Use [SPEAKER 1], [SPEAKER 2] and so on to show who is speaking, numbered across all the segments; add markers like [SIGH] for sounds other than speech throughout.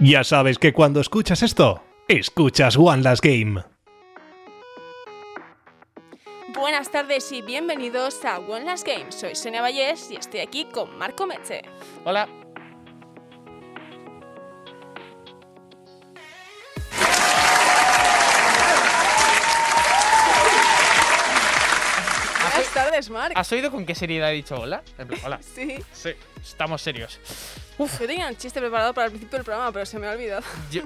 [SPEAKER 1] Ya sabes que cuando escuchas esto, escuchas One Last Game.
[SPEAKER 2] Buenas tardes y bienvenidos a One Last Game. Soy Sonia Vallés y estoy aquí con Marco Meche.
[SPEAKER 3] Hola.
[SPEAKER 2] Buenas tardes, Marco.
[SPEAKER 3] ¿Has oído con qué seriedad he dicho hola? En plan, hola.
[SPEAKER 2] Sí.
[SPEAKER 3] Sí. Estamos serios.
[SPEAKER 2] Yo tenía un chiste preparado para el principio del programa, pero se me ha olvidado.
[SPEAKER 3] Yo-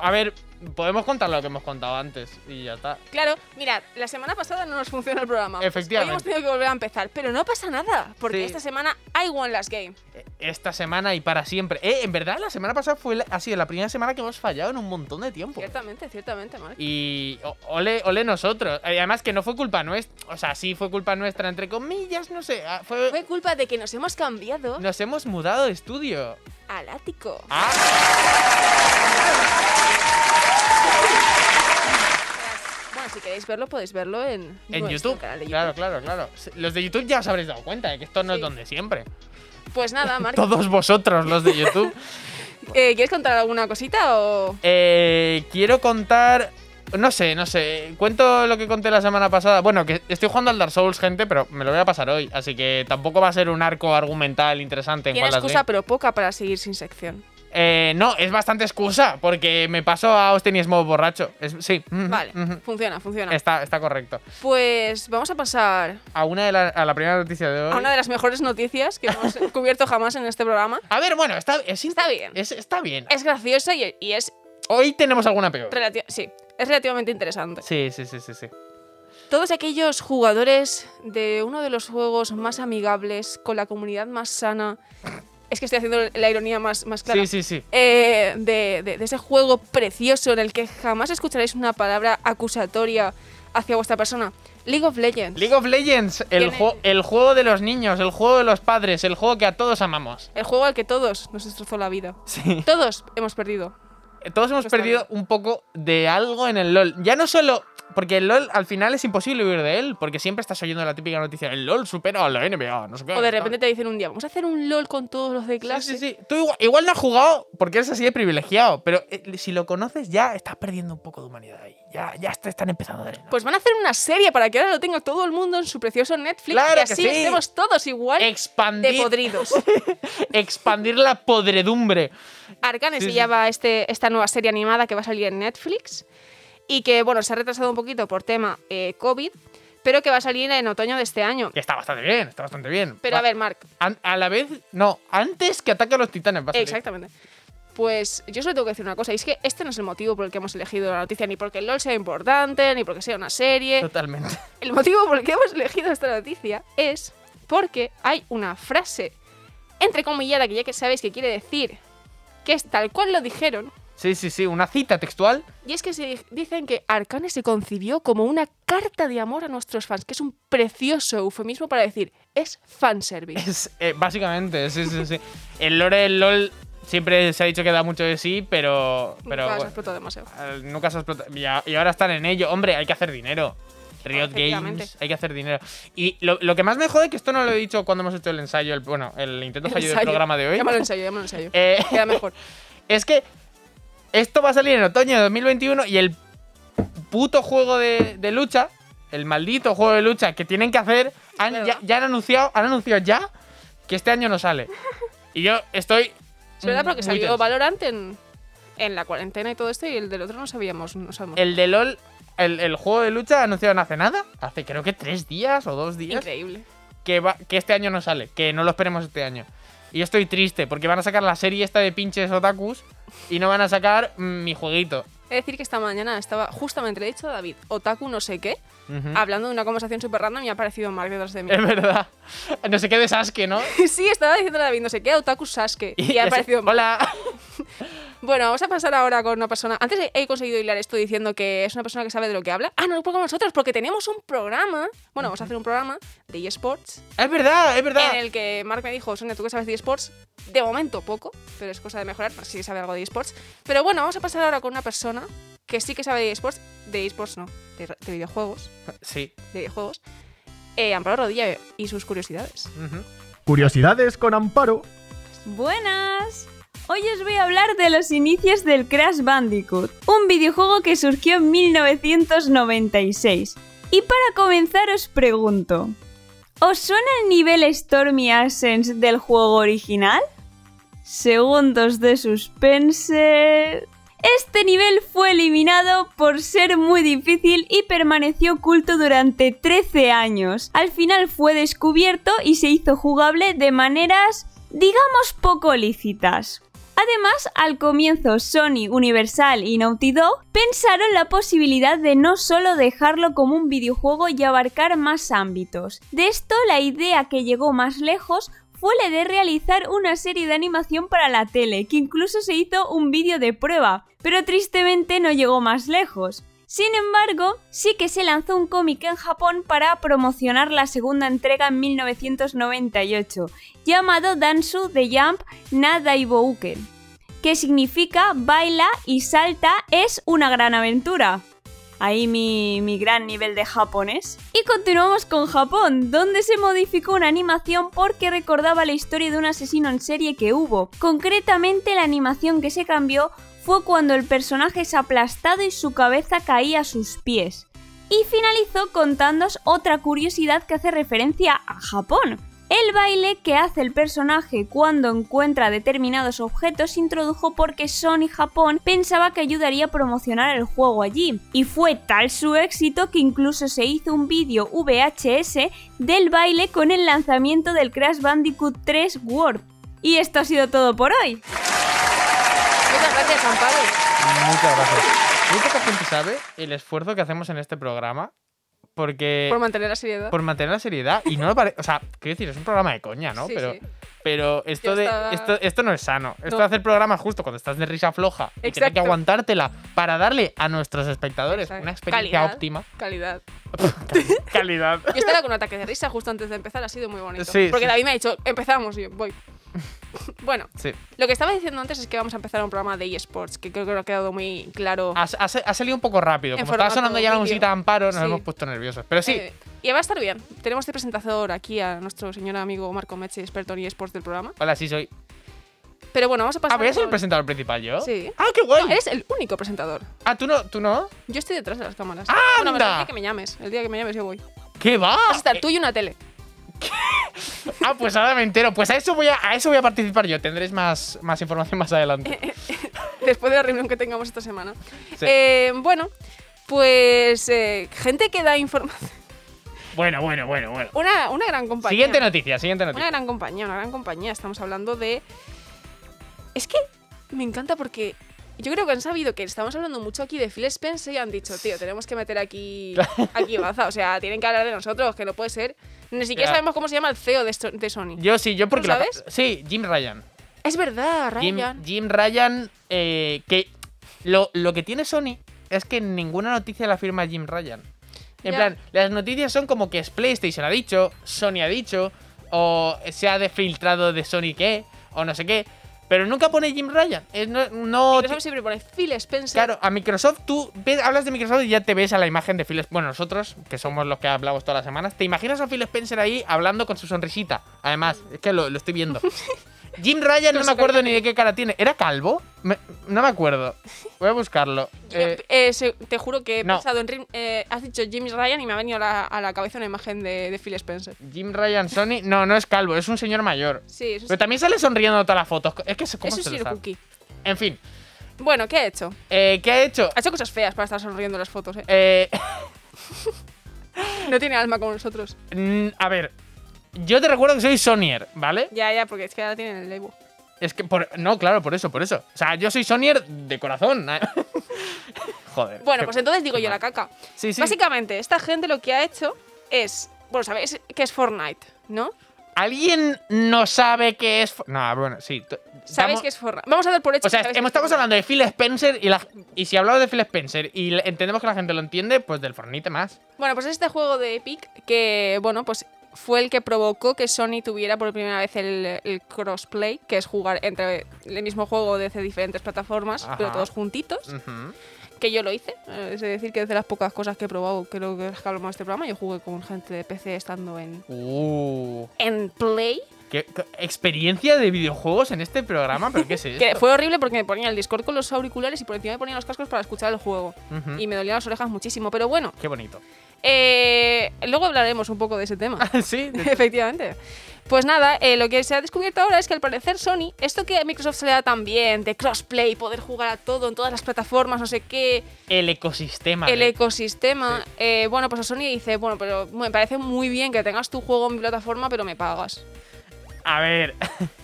[SPEAKER 3] a ver, podemos contar lo que hemos contado antes y ya está.
[SPEAKER 2] [LAUGHS] Claro, mirad, la semana pasada no nos funcionó el programa.
[SPEAKER 3] Efectivamente.
[SPEAKER 2] Hoy hemos tenido que volver a empezar, pero no pasa nada, porque
[SPEAKER 3] Sí.
[SPEAKER 2] esta semana hay One Last Game.
[SPEAKER 3] E- Esta semana y para siempre. Eh, en verdad, la semana pasada fue la- ha sido la primera semana que hemos fallado en un montón de tiempo.
[SPEAKER 2] Ciertamente, ciertamente, Marco.
[SPEAKER 3] Y o- ole, ole nosotros. Eh, Además que no fue culpa nuestra. O sea, sí fue culpa nuestra, entre comillas, no sé. ah, Fue,
[SPEAKER 2] Fue culpa de que nos hemos cambiado
[SPEAKER 3] nos hemos mudado de estudio.
[SPEAKER 2] al ático.
[SPEAKER 3] Ah,
[SPEAKER 2] Bueno, si queréis verlo, podéis verlo en,
[SPEAKER 3] en
[SPEAKER 2] nuestro
[SPEAKER 3] YouTube.
[SPEAKER 2] canal de
[SPEAKER 3] Claro, claro, claro. Los de YouTube ya os habréis dado cuenta de que esto no
[SPEAKER 2] Sí.
[SPEAKER 3] es donde siempre.
[SPEAKER 2] Pues [LAUGHS] nada, Marco.
[SPEAKER 3] Todos vosotros, los de YouTube.
[SPEAKER 2] eh, ¿Quieres contar alguna cosita o.?
[SPEAKER 3] Eh, quiero contar. No sé, no sé. Cuento lo que conté la semana pasada. Bueno, que estoy jugando al Dark Souls, gente, pero me lo voy a pasar hoy. Así que tampoco va a ser un arco argumental interesante en
[SPEAKER 2] Tiene
[SPEAKER 3] Wallace
[SPEAKER 2] excusa,
[SPEAKER 3] Game.
[SPEAKER 2] pero poca para seguir sin sección.
[SPEAKER 3] Eh, no, es bastante excusa, porque me paso a Austin y Smoke borracho. Es- sí. ujú,
[SPEAKER 2] Vale,
[SPEAKER 3] ujú.
[SPEAKER 2] funciona, funciona.
[SPEAKER 3] Está, está correcto.
[SPEAKER 2] Pues vamos a pasar
[SPEAKER 3] A una de la, a la primera noticia de hoy.
[SPEAKER 2] a una de las mejores noticias que [LAUGHS] hemos cubierto jamás en este programa.
[SPEAKER 3] A ver, bueno, está, es-
[SPEAKER 2] Está Eh, bien.
[SPEAKER 3] es- está bien.
[SPEAKER 2] Es graciosa y, y es,
[SPEAKER 3] Hoy tenemos alguna peor.
[SPEAKER 2] relati- sí, es relativamente interesante.
[SPEAKER 3] Sí, sí, sí, sí, sí.
[SPEAKER 2] Todos aquellos jugadores de uno de los juegos más amigables, con la comunidad más sana, es que estoy haciendo la ironía más, más clara,
[SPEAKER 3] Sí, sí, sí.
[SPEAKER 2] eh, de, de- de ese juego precioso en el que jamás escucharéis una palabra acusatoria hacia vuestra persona, League of Legends.
[SPEAKER 3] League of Legends, el,
[SPEAKER 2] Tiene-
[SPEAKER 3] jue- el juego de los niños, el juego de los padres, el juego que a todos amamos.
[SPEAKER 2] el juego al que todos nos destrozó la vida.
[SPEAKER 3] Sí.
[SPEAKER 2] Todos hemos perdido.
[SPEAKER 3] Todos hemos
[SPEAKER 2] Está
[SPEAKER 3] perdido un poco de algo en el LOL. Ya no solo. Porque el LOL al final es imposible huir de él, porque siempre estás oyendo la típica noticia: el LOL supera a la NBA, no sé qué.
[SPEAKER 2] O de repente te dicen un día, vamos a hacer un LOL con todos los de
[SPEAKER 3] Sí,
[SPEAKER 2] clase.
[SPEAKER 3] sí, sí. Tú igual, igual no has jugado porque eres así de privilegiado, pero eh, si lo conoces ya estás perdiendo un poco de humanidad ahí. Ya, ya te están empezando a drenar.
[SPEAKER 2] Pues van a hacer una serie para que ahora lo tenga todo el mundo en su precioso Netflix
[SPEAKER 3] Claro
[SPEAKER 2] y
[SPEAKER 3] que
[SPEAKER 2] así
[SPEAKER 3] sí.
[SPEAKER 2] estemos todos igual de
[SPEAKER 3] expandir,
[SPEAKER 2] podridos.
[SPEAKER 3] [LAUGHS] expandir la podredumbre.
[SPEAKER 2] Arcane
[SPEAKER 3] Sí,
[SPEAKER 2] se
[SPEAKER 3] sí.
[SPEAKER 2] llama este, esta nueva serie animada que va a salir en Netflix y que, bueno, se ha retrasado un poquito por tema eh, COVID, pero que va a salir en otoño de este año.
[SPEAKER 3] Que está bastante bien, está bastante bien.
[SPEAKER 2] Pero
[SPEAKER 3] Va-
[SPEAKER 2] a ver, Mark,
[SPEAKER 3] An- a la vez, no, antes que ataque a los titanes, va a salir.
[SPEAKER 2] exactamente. Pues yo solo tengo que decir una cosa, y es que este no es el motivo por el que hemos elegido la noticia, ni porque el LOL sea importante, ni porque sea una serie,
[SPEAKER 3] Totalmente. [LAUGHS]
[SPEAKER 2] El motivo por el que hemos elegido esta noticia es porque hay una frase entrecomillada que ya que sabéis que quiere decir que es tal cual lo dijeron.
[SPEAKER 3] Sí, sí, sí, una cita textual.
[SPEAKER 2] Y es que se di- dicen que Arcane se concibió como una carta de amor a nuestros fans, que es un precioso eufemismo para decir es fanservice.
[SPEAKER 3] Es, eh, básicamente, sí, sí, sí. El lore del LOL siempre se ha dicho que da mucho de sí, pero.
[SPEAKER 2] Nunca se
[SPEAKER 3] pero
[SPEAKER 2] ha
[SPEAKER 3] bueno,
[SPEAKER 2] explotado demasiado.
[SPEAKER 3] eh, nunca se ha explotado. Y, a- y ahora están en ello. Hombre, hay que hacer dinero. Riot
[SPEAKER 2] Efectivamente.
[SPEAKER 3] Games, hay que hacer dinero. Y lo, lo que más me jode, que esto no lo he dicho cuando hemos hecho el ensayo, el, bueno, el
[SPEAKER 2] [LAUGHS]
[SPEAKER 3] intento fallido del
[SPEAKER 2] Ensayo.
[SPEAKER 3] programa de hoy.
[SPEAKER 2] Llámalo ensayo, llámalo
[SPEAKER 3] [LAUGHS]
[SPEAKER 2] ensayo.
[SPEAKER 3] Eh,
[SPEAKER 2] Queda mejor.
[SPEAKER 3] Es que esto va a salir en otoño de 2021 y el puto juego de, de lucha, el maldito juego de lucha que tienen que hacer, han,
[SPEAKER 2] Claro.
[SPEAKER 3] ya, ya han anunciado, han anunciado ya que este año no sale. Y yo estoy.
[SPEAKER 2] Es verdad porque
[SPEAKER 3] muy
[SPEAKER 2] salió
[SPEAKER 3] tenso.
[SPEAKER 2] Valorant en, en la cuarentena y todo esto, y el del otro no sabíamos. No sabemos.
[SPEAKER 3] El de LOL, el, el juego de lucha anunciaron hace nada, hace creo que tres días o dos días,
[SPEAKER 2] Increíble.
[SPEAKER 3] que, va- que este año no sale, que no lo esperemos este año. Y yo estoy triste porque van a sacar la serie esta de pinches otakus y no van a sacar mm, mi jueguito.
[SPEAKER 2] Es decir que esta mañana estaba justamente le he dicho a David, otaku no sé qué,
[SPEAKER 3] Ujú.
[SPEAKER 2] hablando de una conversación súper random y ha aparecido Mark detrás
[SPEAKER 3] [LAUGHS]
[SPEAKER 2] de mí.
[SPEAKER 3] Es verdad. No sé qué de Sasuke, ¿no?
[SPEAKER 2] sí, estaba diciendo a David no sé qué, otaku Sasuke. Y, ha
[SPEAKER 3] ese-
[SPEAKER 2] aparecido Mark.
[SPEAKER 3] Hola.
[SPEAKER 2] Bueno, vamos a pasar ahora con una persona. Antes he- he conseguido hilar esto diciendo que es una persona que sabe de lo que habla. Ah, no lo pongo nosotros porque tenemos un programa. Bueno, vamos a hacer un programa de eSports
[SPEAKER 3] Es verdad, es verdad.
[SPEAKER 2] en el que Mark me dijo, Sonia, ¿tú qué sabes de eSports? De momento poco, pero es cosa de mejorar, no sé si sabe algo de eSports. Pero bueno, vamos a pasar ahora con una persona que sí que sabe de eSports, de eSports no, de, de videojuegos,
[SPEAKER 3] Sí.
[SPEAKER 2] de videojuegos, eh, Amparo Rodilla y sus curiosidades.
[SPEAKER 3] ujú.
[SPEAKER 4] Curiosidades con Amparo.
[SPEAKER 5] Buenas.
[SPEAKER 4] Hoy os voy a hablar de los inicios del Crash Bandicoot, un videojuego que surgió en 1996. Y para comenzar os pregunto, ¿os suena el nivel Stormy Ascents del juego original? Segundos de suspense. Este nivel fue eliminado por ser muy difícil y permaneció oculto durante 13 años. Al final fue descubierto y se hizo jugable de maneras, digamos, poco lícitas. Además, al comienzo Sony, Universal y Naughty Dog pensaron la posibilidad de no solo dejarlo como un videojuego y abarcar más ámbitos. De esto la idea que llegó más lejos fue la de realizar una serie de animación para la tele, que incluso se hizo un vídeo de prueba, pero tristemente no llegó más lejos. Sin embargo, sí que se lanzó un cómic en Japón para promocionar la segunda entrega en 1998, llamado Dansu de Jump Nadaibouke, que significa baila y salta es una gran aventura. Ahí mi, mi gran nivel de japonés. Y continuamos con Japón, donde se modificó una animación porque recordaba la historia de un asesino en serie que hubo. Concretamente la animación que se cambió fue cuando el personaje es aplastado y su cabeza caía a sus pies. Y finalizó contándoos otra curiosidad que hace referencia a Japón. El baile que hace el personaje cuando encuentra determinados objetos se introdujo porque Sony Japón pensaba que ayudaría a promocionar el juego allí. Y fue tal su éxito que incluso se hizo un vídeo VHS del baile con el lanzamiento del Crash Bandicoot 3 World. Y esto ha sido todo por hoy.
[SPEAKER 2] Muchas gracias, Amparo.
[SPEAKER 3] Muchas gracias. Muy poca gente sabe el esfuerzo que hacemos en este programa porque
[SPEAKER 2] Por mantener la seriedad.
[SPEAKER 3] por mantener la seriedad y no lo parece, o sea, quiero decir, es un programa de coña, ¿no?
[SPEAKER 2] Sí,
[SPEAKER 3] pero
[SPEAKER 2] sí.
[SPEAKER 3] pero esto
[SPEAKER 2] Ya
[SPEAKER 3] de
[SPEAKER 2] está.
[SPEAKER 3] esto, esto no es sano. Esto
[SPEAKER 2] No.
[SPEAKER 3] de hacer programas justo cuando estás de risa floja y tener que
[SPEAKER 2] Exacto.
[SPEAKER 3] aguantártela para darle a nuestros espectadores
[SPEAKER 2] Exacto.
[SPEAKER 3] una experiencia
[SPEAKER 2] Calidad.
[SPEAKER 3] óptima,
[SPEAKER 2] Calidad.
[SPEAKER 3] calidad.
[SPEAKER 2] Yo estaba con un ataque de risa justo antes de empezar, ha sido muy bonito.
[SPEAKER 3] Sí,
[SPEAKER 2] Porque
[SPEAKER 3] sí.
[SPEAKER 2] David me ha dicho, empezamos, y yo
[SPEAKER 3] [LAUGHS]
[SPEAKER 2] voy. bueno,
[SPEAKER 3] Sí.
[SPEAKER 2] lo que estaba diciendo antes es que vamos a empezar un programa de eSports, que creo que no ha quedado muy claro.
[SPEAKER 3] Ha, ha- ha salido un poco rápido.
[SPEAKER 2] En
[SPEAKER 3] Como estaba
[SPEAKER 2] formato
[SPEAKER 3] sonando ya la
[SPEAKER 2] vídeo.
[SPEAKER 3] musiquita de Amparo, nos
[SPEAKER 2] Sí.
[SPEAKER 3] hemos puesto nerviosos. Pero sí,
[SPEAKER 2] Eh, y va a estar bien. Tenemos de presentador aquí a nuestro señor amigo Marco Meche, experto en eSports del programa.
[SPEAKER 3] hola, sí soy.
[SPEAKER 2] Pero bueno, vamos a pasar.
[SPEAKER 3] Ah, voy a ser el
[SPEAKER 2] con-
[SPEAKER 3] presentador principal yo.
[SPEAKER 2] Sí.
[SPEAKER 3] Ah, qué guay.
[SPEAKER 2] No, eres el único presentador.
[SPEAKER 3] Ah, tú no, tú no.
[SPEAKER 2] Yo estoy detrás de las cámaras. ¡Anda! Bueno, pero el día que me llames. El día que me llames yo voy. Vas
[SPEAKER 3] ¿Qué va? Eh,
[SPEAKER 2] a estar tú y una tele.
[SPEAKER 3] Ah, pues ahora me entero. Pues a eso voy a, a eso voy a participar yo. Tendréis más, más información
[SPEAKER 2] [LAUGHS]
[SPEAKER 3] más adelante.
[SPEAKER 2] después de la reunión que tengamos esta semana.
[SPEAKER 3] Sí.
[SPEAKER 2] Eh, bueno, pues eh, gente que da información.
[SPEAKER 3] Bueno, bueno, bueno, bueno.
[SPEAKER 2] Una, una gran compañía.
[SPEAKER 3] Siguiente noticia, siguiente
[SPEAKER 2] Una
[SPEAKER 3] noticia.
[SPEAKER 2] gran compañía, una gran compañía. Estamos hablando de. Es que me encanta porque yo creo que han sabido que estamos hablando mucho aquí de Phil Spencer y han dicho, tío, tenemos que meter
[SPEAKER 3] [LAUGHS]
[SPEAKER 2] aquí, aquí baza. O sea, tienen que hablar de nosotros, que no puede ser. Ni siquiera
[SPEAKER 3] Ya.
[SPEAKER 2] sabemos cómo se llama el CEO de, esto- de Sony.
[SPEAKER 3] Yo sí, yo porque
[SPEAKER 2] ¿Lo
[SPEAKER 3] la-
[SPEAKER 2] sabes?
[SPEAKER 3] Sí, Jim Ryan.
[SPEAKER 2] Es verdad,
[SPEAKER 3] Jim
[SPEAKER 2] Ryan.
[SPEAKER 3] Jim Ryan, eh, que lo, lo que tiene Sony es que ninguna noticia la firma Jim Ryan. En
[SPEAKER 2] Ya.
[SPEAKER 3] plan, las noticias son como que es PlayStation ha dicho, Sony ha dicho, o se ha desfiltrado de Sony qué, o no sé qué, pero nunca pone Jim Ryan. Es no, no
[SPEAKER 2] Microsoft siempre pone Phil Spencer.
[SPEAKER 3] Claro, a Microsoft tú ves- hablas de Microsoft y ya te ves a la imagen de Phil Spencer. Bueno, nosotros, que somos los que hablamos todas las semanas, te imaginas a Phil Spencer ahí hablando con su sonrisita. Además, es que lo, lo
[SPEAKER 2] [LAUGHS]
[SPEAKER 3] estoy viendo. Jim Ryan,
[SPEAKER 2] Con
[SPEAKER 3] no
[SPEAKER 2] su
[SPEAKER 3] me acuerdo
[SPEAKER 2] carita
[SPEAKER 3] ni de qué cara tiene. ¿Era calvo? Me- no me acuerdo. Voy a buscarlo.
[SPEAKER 2] [LAUGHS] Yo,
[SPEAKER 3] Eh,
[SPEAKER 2] eh, se- te juro que he
[SPEAKER 3] no.
[SPEAKER 2] pensado en. Rim- eh, has dicho Jimmy Ryan y me ha venido a la, a la cabeza una imagen de, de Phil Spencer.
[SPEAKER 3] Jim Ryan Sony. No, no es calvo, es un señor mayor.
[SPEAKER 2] Sí, eso
[SPEAKER 3] Pero también sale sonriendo en todas las fotos. Es que se-
[SPEAKER 2] es,
[SPEAKER 3] ¿cómo
[SPEAKER 2] eso
[SPEAKER 3] se
[SPEAKER 2] sí
[SPEAKER 3] lo
[SPEAKER 2] es
[SPEAKER 3] sabe?
[SPEAKER 2] cookie.
[SPEAKER 3] En fin,
[SPEAKER 2] Bueno, ¿qué ha hecho?
[SPEAKER 3] eh, ¿qué ha hecho?
[SPEAKER 2] Ha hecho cosas feas para estar sonriendo en las fotos, ¿eh?
[SPEAKER 3] Eh, [LAUGHS]
[SPEAKER 2] No tiene alma como nosotros.
[SPEAKER 3] mm, a ver, yo te recuerdo que soy Sonyer, ¿vale?
[SPEAKER 2] Ya, ya, porque es que ahora tienen el label.
[SPEAKER 3] Es que por... No, claro, por eso, por eso. O sea, yo soy Sonier
[SPEAKER 2] [LAUGHS]
[SPEAKER 3] de corazón. Ah, Joder.
[SPEAKER 2] Bueno, pues entonces digo yo la caca.
[SPEAKER 3] Sí, sí.
[SPEAKER 2] Básicamente, esta gente lo que ha hecho es. Bueno, sabéis que es Fortnite, ¿no?
[SPEAKER 3] ¿Alguien no sabe qué es... Fo- No, bueno, sí. t-
[SPEAKER 2] Sabéis
[SPEAKER 3] estamos-
[SPEAKER 2] que es Fortnite. Vamos a dar por hecho.
[SPEAKER 3] O sea,
[SPEAKER 2] que sabéis que
[SPEAKER 3] hemos-
[SPEAKER 2] es
[SPEAKER 3] estamos
[SPEAKER 2] Fortnite.
[SPEAKER 3] hablando de Phil Spencer y, la... y si hablamos de Phil Spencer y le- entendemos que la gente lo entiende, pues del Fornite más.
[SPEAKER 2] Bueno, pues este juego de Epic que, bueno, pues fue el que provocó que Sony tuviera por primera vez el, el crossplay, que es jugar entre el mismo juego desde diferentes plataformas,
[SPEAKER 3] Ajá.
[SPEAKER 2] pero todos juntitos,
[SPEAKER 3] Ujú.
[SPEAKER 2] que yo lo hice. Eh, Es decir, que es de las pocas cosas que he probado, creo que es que hablamos de este programa, yo jugué con gente de PC estando en,
[SPEAKER 3] Uh,
[SPEAKER 2] en Play.
[SPEAKER 3] ¿Qué, qué experiencia de videojuegos en este programa? ¿Pero qué es
[SPEAKER 2] [LAUGHS]
[SPEAKER 3] esto?
[SPEAKER 2] Que fue horrible porque me ponía el Discord con los auriculares y por encima me ponía los cascos para escuchar el juego.
[SPEAKER 3] Ujú.
[SPEAKER 2] Y me dolían las orejas muchísimo. Pero bueno,
[SPEAKER 3] Qué bonito. [LAUGHS]
[SPEAKER 2] eh, luego hablaremos un poco de ese tema. [LAUGHS]
[SPEAKER 3] Ah, sí, de-
[SPEAKER 2] Efectivamente. Pues nada, eh, lo que se ha descubierto ahora es que al parecer Sony, esto que a Microsoft se le da tan bien, de crossplay, poder jugar a todo en todas las plataformas, no sé qué,
[SPEAKER 3] el ecosistema.
[SPEAKER 2] el e-,
[SPEAKER 3] de-
[SPEAKER 2] ecosistema, eh, bueno, pues a Sony dice, bueno, pero me parece muy bien que tengas tu juego en mi plataforma, pero me pagas.
[SPEAKER 3] A ver,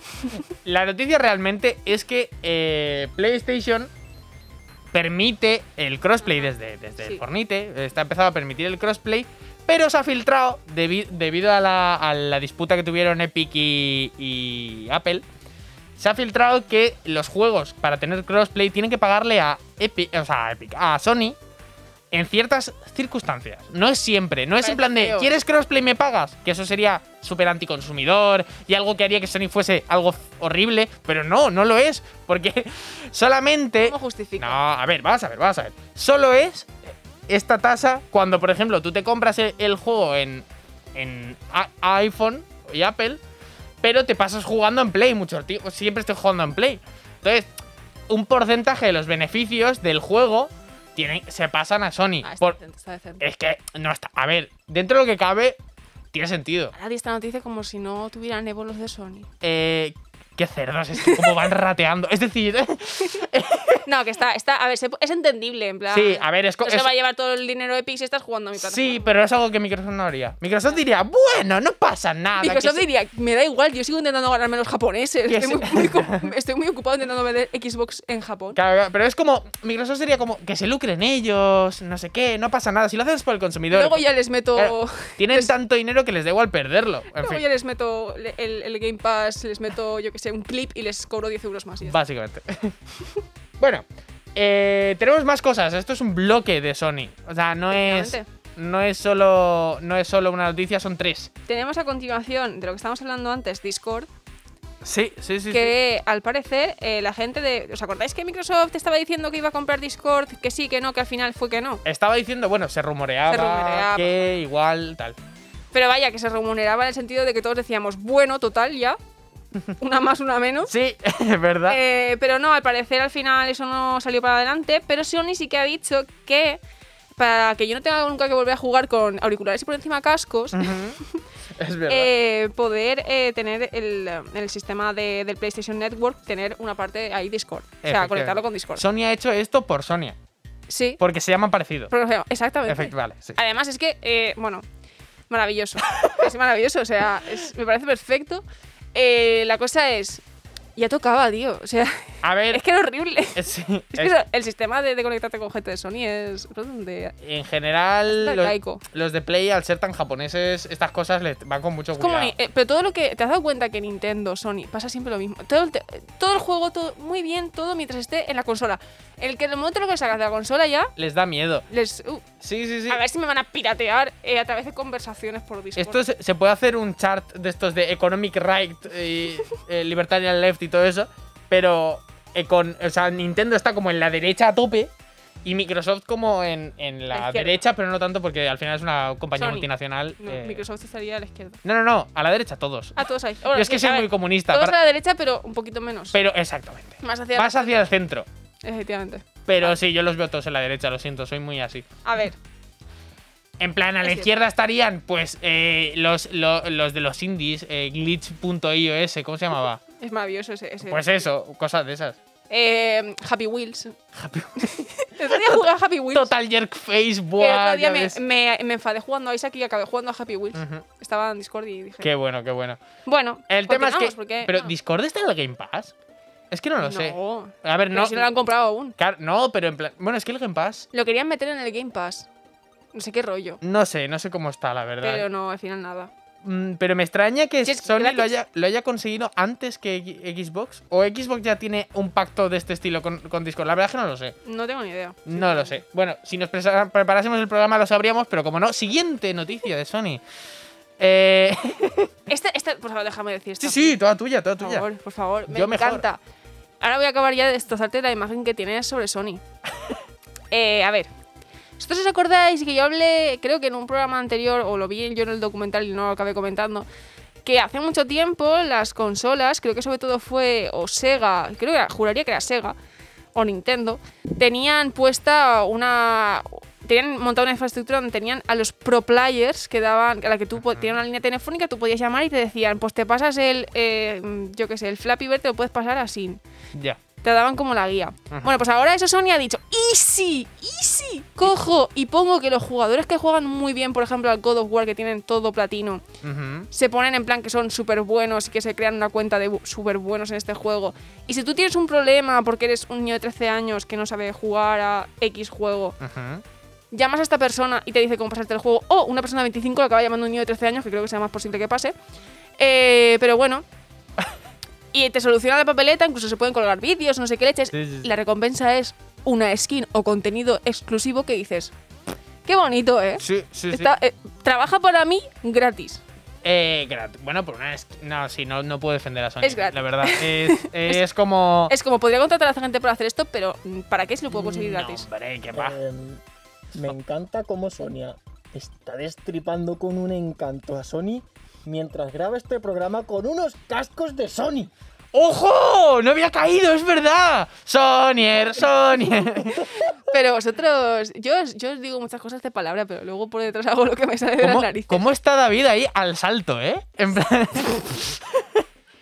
[SPEAKER 3] [LAUGHS] la noticia realmente es que eh, PlayStation permite el crossplay desde, desde
[SPEAKER 2] Sí.
[SPEAKER 3] el Fornite, está empezado a permitir el crossplay, pero se ha filtrado debi- debido a la, a la disputa que tuvieron Epic y, y Apple. Se ha filtrado que los juegos para tener crossplay tienen que pagarle a Epic, o sea, a Epic, a Sony en ciertas circunstancias. No es siempre, no es en
[SPEAKER 2] Parece
[SPEAKER 3] plan de
[SPEAKER 2] feo.
[SPEAKER 3] ¿quieres crossplay me pagas? Que eso sería súper anticonsumidor y algo que haría que Sony fuese algo horrible, pero no, no lo es, porque [LAUGHS] solamente
[SPEAKER 2] ¿Cómo justifica?
[SPEAKER 3] Eh, no, a ver, vas a ver, vas a ver. Solo es esta tasa cuando, por ejemplo, tú te compras el, el juego en, en a- iPhone y Apple, pero te pasas jugando en Play mucho tiempo. Siempre estoy jugando en Play. Entonces, un porcentaje de los beneficios del juego tienen, se pasan a Sony.
[SPEAKER 2] Ah, está
[SPEAKER 3] Por- eh.
[SPEAKER 2] decente, está decente.
[SPEAKER 3] es que no está. A ver, dentro de lo que cabe, tiene sentido.
[SPEAKER 2] Ahora di esta noticia como si no tuvieran ébolos de Sony.
[SPEAKER 3] Eh, qué cerdos, es que como
[SPEAKER 2] [LAUGHS]
[SPEAKER 3] van rateando. Es decir,
[SPEAKER 2] No, que está, está, a ver, se pu- es entendible, en plan.
[SPEAKER 3] sí, a ver, es, co-
[SPEAKER 2] No se
[SPEAKER 3] es-
[SPEAKER 2] va a llevar todo el dinero Epic si estás jugando a mi plataforma.
[SPEAKER 3] Sí, pero es algo que Microsoft no haría. Microsoft diría, bueno, no pasa nada.
[SPEAKER 2] Microsoft
[SPEAKER 3] que se-
[SPEAKER 2] diría, me da igual, yo sigo intentando ganarme los japoneses.
[SPEAKER 3] Que
[SPEAKER 2] Estoy muy,
[SPEAKER 3] se- [LAUGHS]
[SPEAKER 2] muy ocup- estoy muy ocupado intentando vender Xbox en Japón.
[SPEAKER 3] Claro, claro, pero es como, Microsoft sería como, que se lucren ellos, no sé qué, no pasa nada. Si lo haces por el consumidor,
[SPEAKER 2] [LAUGHS] Luego ya les meto,
[SPEAKER 3] Claro, tienen tanto dinero que les da igual perderlo. En
[SPEAKER 2] luego
[SPEAKER 3] Eh, fin,
[SPEAKER 2] ya les meto le- el, el Game Pass, les meto, yo que sé, un clip y les cobro 10 euros más. y ya está.
[SPEAKER 3] básicamente. bueno, eh, tenemos más cosas. Esto es un bloque de Sony. O sea, no es,
[SPEAKER 2] Efectivamente.
[SPEAKER 3] no es, solo, no es solo una noticia, son tres.
[SPEAKER 2] Tenemos a continuación de lo que estábamos hablando antes, Discord,
[SPEAKER 3] Sí, sí, sí.
[SPEAKER 2] que al parecer eh, la gente de... ¿Os acordáis que Microsoft estaba diciendo que iba a comprar Discord? Que sí, que no, que al final fue que no.
[SPEAKER 3] Estaba diciendo, bueno, se rumoreaba,
[SPEAKER 2] Se rumoreaba.
[SPEAKER 3] que igual, tal.
[SPEAKER 2] Pero vaya, que se remuneraba en el sentido de que todos decíamos, bueno, total,
[SPEAKER 3] [LAUGHS]
[SPEAKER 2] ya. Una más, una menos.
[SPEAKER 3] Sí, [LAUGHS] es verdad.
[SPEAKER 2] Eh, pero no, al parecer al final eso no salió para adelante. Pero Sony sí que ha dicho que para que yo no tenga nunca que volver a jugar con auriculares y por encima cascos,
[SPEAKER 3] Ujú. es verdad.
[SPEAKER 2] eh, poder eh, tener el, eh, el sistema de- del PlayStation Network, tener una parte ahí Discord. O sea,
[SPEAKER 3] Efectivamente.
[SPEAKER 2] conectarlo con Discord.
[SPEAKER 3] Sony ha hecho esto por Sonia,
[SPEAKER 2] sí,
[SPEAKER 3] porque se llaman parecido.
[SPEAKER 2] pero, o sea, exactamente.
[SPEAKER 3] Efectivamente, vale, sí.
[SPEAKER 2] Además es que, eh, bueno, maravilloso. [LAUGHS] es maravilloso, o sea, es- me parece perfecto. Eh, la cosa es, ya tocaba, tío. O sea,
[SPEAKER 3] A
[SPEAKER 2] [LAUGHS]
[SPEAKER 3] ver,
[SPEAKER 2] es que era horrible.
[SPEAKER 3] eh, [LAUGHS] sí, es-
[SPEAKER 2] Es que eso- el sistema de, de conectarte con gente de Sony es bastante...
[SPEAKER 3] en
[SPEAKER 2] Es
[SPEAKER 3] general los,
[SPEAKER 2] arcaico.
[SPEAKER 3] los de Play, al ser tan japoneses, estas cosas les van con mucho
[SPEAKER 2] Es como...
[SPEAKER 3] cuidado.
[SPEAKER 2] ni- eh, pero todo lo que... ¿Te has dado cuenta que Nintendo, Sony, pasa siempre lo mismo? Todo el, te- todo el juego, todo muy bien, todo mientras esté en la consola. El que el momento en lo que sacas de la consola ya...
[SPEAKER 3] Les da miedo.
[SPEAKER 2] Les, uh,
[SPEAKER 3] Sí, sí, sí.
[SPEAKER 2] A ver si me van a piratear eh, a través de conversaciones por Discord.
[SPEAKER 3] Esto se, se puede hacer un chart de estos de Economic Right y eh, Libertarian Left y todo eso, pero eh, con, o sea, Nintendo está como en la derecha a tope y Microsoft como en, en
[SPEAKER 2] La
[SPEAKER 3] la,
[SPEAKER 2] izquierda.
[SPEAKER 3] derecha, pero no tanto porque al final es una compañía
[SPEAKER 2] Sony.
[SPEAKER 3] multinacional.
[SPEAKER 2] No,
[SPEAKER 3] eh,
[SPEAKER 2] Microsoft estaría a la izquierda.
[SPEAKER 3] No, no, no, a la derecha todos.
[SPEAKER 2] A todos ahí.
[SPEAKER 3] Yo
[SPEAKER 2] Bueno,
[SPEAKER 3] es que
[SPEAKER 2] sí, a
[SPEAKER 3] soy
[SPEAKER 2] ver,
[SPEAKER 3] muy comunista.
[SPEAKER 2] Todos a
[SPEAKER 3] para-
[SPEAKER 2] la derecha, pero un poquito menos.
[SPEAKER 3] Pero exactamente.
[SPEAKER 2] Más hacia
[SPEAKER 3] Vas hacia el centro.
[SPEAKER 2] Efectivamente.
[SPEAKER 3] Pero sí, yo los veo todos en la derecha, lo siento, soy muy así.
[SPEAKER 2] A ver,
[SPEAKER 3] En plan, a
[SPEAKER 2] Es
[SPEAKER 3] la
[SPEAKER 2] cierto.
[SPEAKER 3] izquierda estarían, pues, eh, los, lo- los de los indies, eh, glitch.ios, ¿cómo se llamaba?
[SPEAKER 2] es maravilloso ese. ese.
[SPEAKER 3] Pues eso, cosas de esas.
[SPEAKER 2] Eh, Happy Wheels. [LAUGHS] El otro día jugué a Happy Wheels.
[SPEAKER 3] Total Jerk Face,
[SPEAKER 2] que El
[SPEAKER 3] buah,
[SPEAKER 2] otro día
[SPEAKER 3] ya
[SPEAKER 2] me,
[SPEAKER 3] ves.
[SPEAKER 2] me, me enfadé jugando a Isaac y acabé jugando a Happy Wheels.
[SPEAKER 3] Ujú.
[SPEAKER 2] Estaba en Discord y dije.
[SPEAKER 3] Qué bueno, qué bueno.
[SPEAKER 2] Bueno,
[SPEAKER 3] El tema es que...
[SPEAKER 2] continuamos, porque-
[SPEAKER 3] ¿Pero
[SPEAKER 2] ah,
[SPEAKER 3] Discord está en el Game Pass? Es que no lo sé.
[SPEAKER 2] No,
[SPEAKER 3] A ver,
[SPEAKER 2] pero
[SPEAKER 3] no...
[SPEAKER 2] si no lo han comprado aún.
[SPEAKER 3] Claro, no, pero en plan... Bueno, es que el Game Pass...
[SPEAKER 2] Lo querían meter en el Game Pass. No sé qué rollo.
[SPEAKER 3] No sé, no sé cómo está, la verdad.
[SPEAKER 2] Pero no, al final nada.
[SPEAKER 3] Mm, pero me extraña que
[SPEAKER 2] Si es
[SPEAKER 3] Sony
[SPEAKER 2] gratis.
[SPEAKER 3] lo haya, lo haya conseguido antes que X- Xbox. ¿O Xbox ya tiene un pacto de este estilo con, con Discord? La verdad es que no lo sé.
[SPEAKER 2] No tengo ni idea.
[SPEAKER 3] No lo sé. Bueno, si nos presa- preparásemos el programa lo sabríamos, pero como no. Siguiente noticia de Sony. Eh,
[SPEAKER 2] Esta, esta, Este, por favor, déjame decir esto.
[SPEAKER 3] sí, sí, toda tuya, toda
[SPEAKER 2] Por
[SPEAKER 3] tuya.
[SPEAKER 2] Ah. favor, por favor, me
[SPEAKER 3] Yo mejor.
[SPEAKER 2] encanta. Ahora voy a acabar ya de destrozarte la imagen que tienes sobre
[SPEAKER 3] [LAUGHS]
[SPEAKER 2] Sony. Eh, a ver, vosotros os acordáis que yo hablé, creo que en un programa anterior, o lo vi yo en el documental y no lo acabé comentando, que hace mucho tiempo las consolas, creo que sobre todo fue o Sega, creo que era- juraría que era Sega o Nintendo, tenían puesta una tenían montado una infraestructura donde tenían a los pro players que daban a la que tú po- tenías una línea telefónica, tú podías llamar y te decían, pues te pasas el eh, mm, yo qué sé, el Flappy Bird te lo puedes pasar así.
[SPEAKER 3] Ya.
[SPEAKER 2] Te daban como la guía.
[SPEAKER 3] Ajá.
[SPEAKER 2] Bueno, pues ahora eso Sony ha dicho, easy, easy. Cojo y pongo que los jugadores que juegan muy bien, por ejemplo, al God of War, que tienen todo platino,
[SPEAKER 3] Ujú.
[SPEAKER 2] se ponen en plan que son súper buenos y que se crean una cuenta de bu- súper buenos en este juego. Y si tú tienes un problema porque eres un niño de 13 años que no sabe jugar a X juego,
[SPEAKER 3] Ujú.
[SPEAKER 2] llamas a esta persona y te dice cómo pasarte el juego, o una persona de 25 lo acaba llamando un niño de 13 años, que creo que sea más posible que pase. Eh, pero
[SPEAKER 3] [LAUGHS]
[SPEAKER 2] bueno. Y te soluciona la papeleta, incluso se pueden colgar vídeos, no sé qué leches.
[SPEAKER 3] Sí, sí, sí.
[SPEAKER 2] Y la recompensa es una skin o contenido exclusivo que dices, qué bonito, ¿eh?
[SPEAKER 3] Sí, sí, sí.
[SPEAKER 2] Está- eh, trabaja para mí gratis.
[SPEAKER 3] Eh, grat- Bueno, por una. es- No, sí, no, no puedo defender a Sony.
[SPEAKER 2] Es gratis. [LAUGHS]
[SPEAKER 3] La verdad. Es, es, como.
[SPEAKER 2] Es como podría contratar a la gente para hacer esto, pero mm, ¿para qué si lo puedo conseguir
[SPEAKER 3] No,
[SPEAKER 2] gratis? Eh.
[SPEAKER 3] hombre, qué va.
[SPEAKER 5] Em, me encanta cómo Sonia está destripando con un encanto a Sony mientras graba este programa con unos cascos de Sony.
[SPEAKER 3] ¡Ojo! No había caído, es verdad.
[SPEAKER 2] [LAUGHS]
[SPEAKER 3] Sonier, Sonier.
[SPEAKER 2] Pero vosotros, yo, os- yo os digo muchas cosas de palabra, pero luego por detrás hago lo que me sale de la
[SPEAKER 3] ¿Cómo,
[SPEAKER 2] nariz.
[SPEAKER 3] cómo está David ahí al salto, eh? En plan.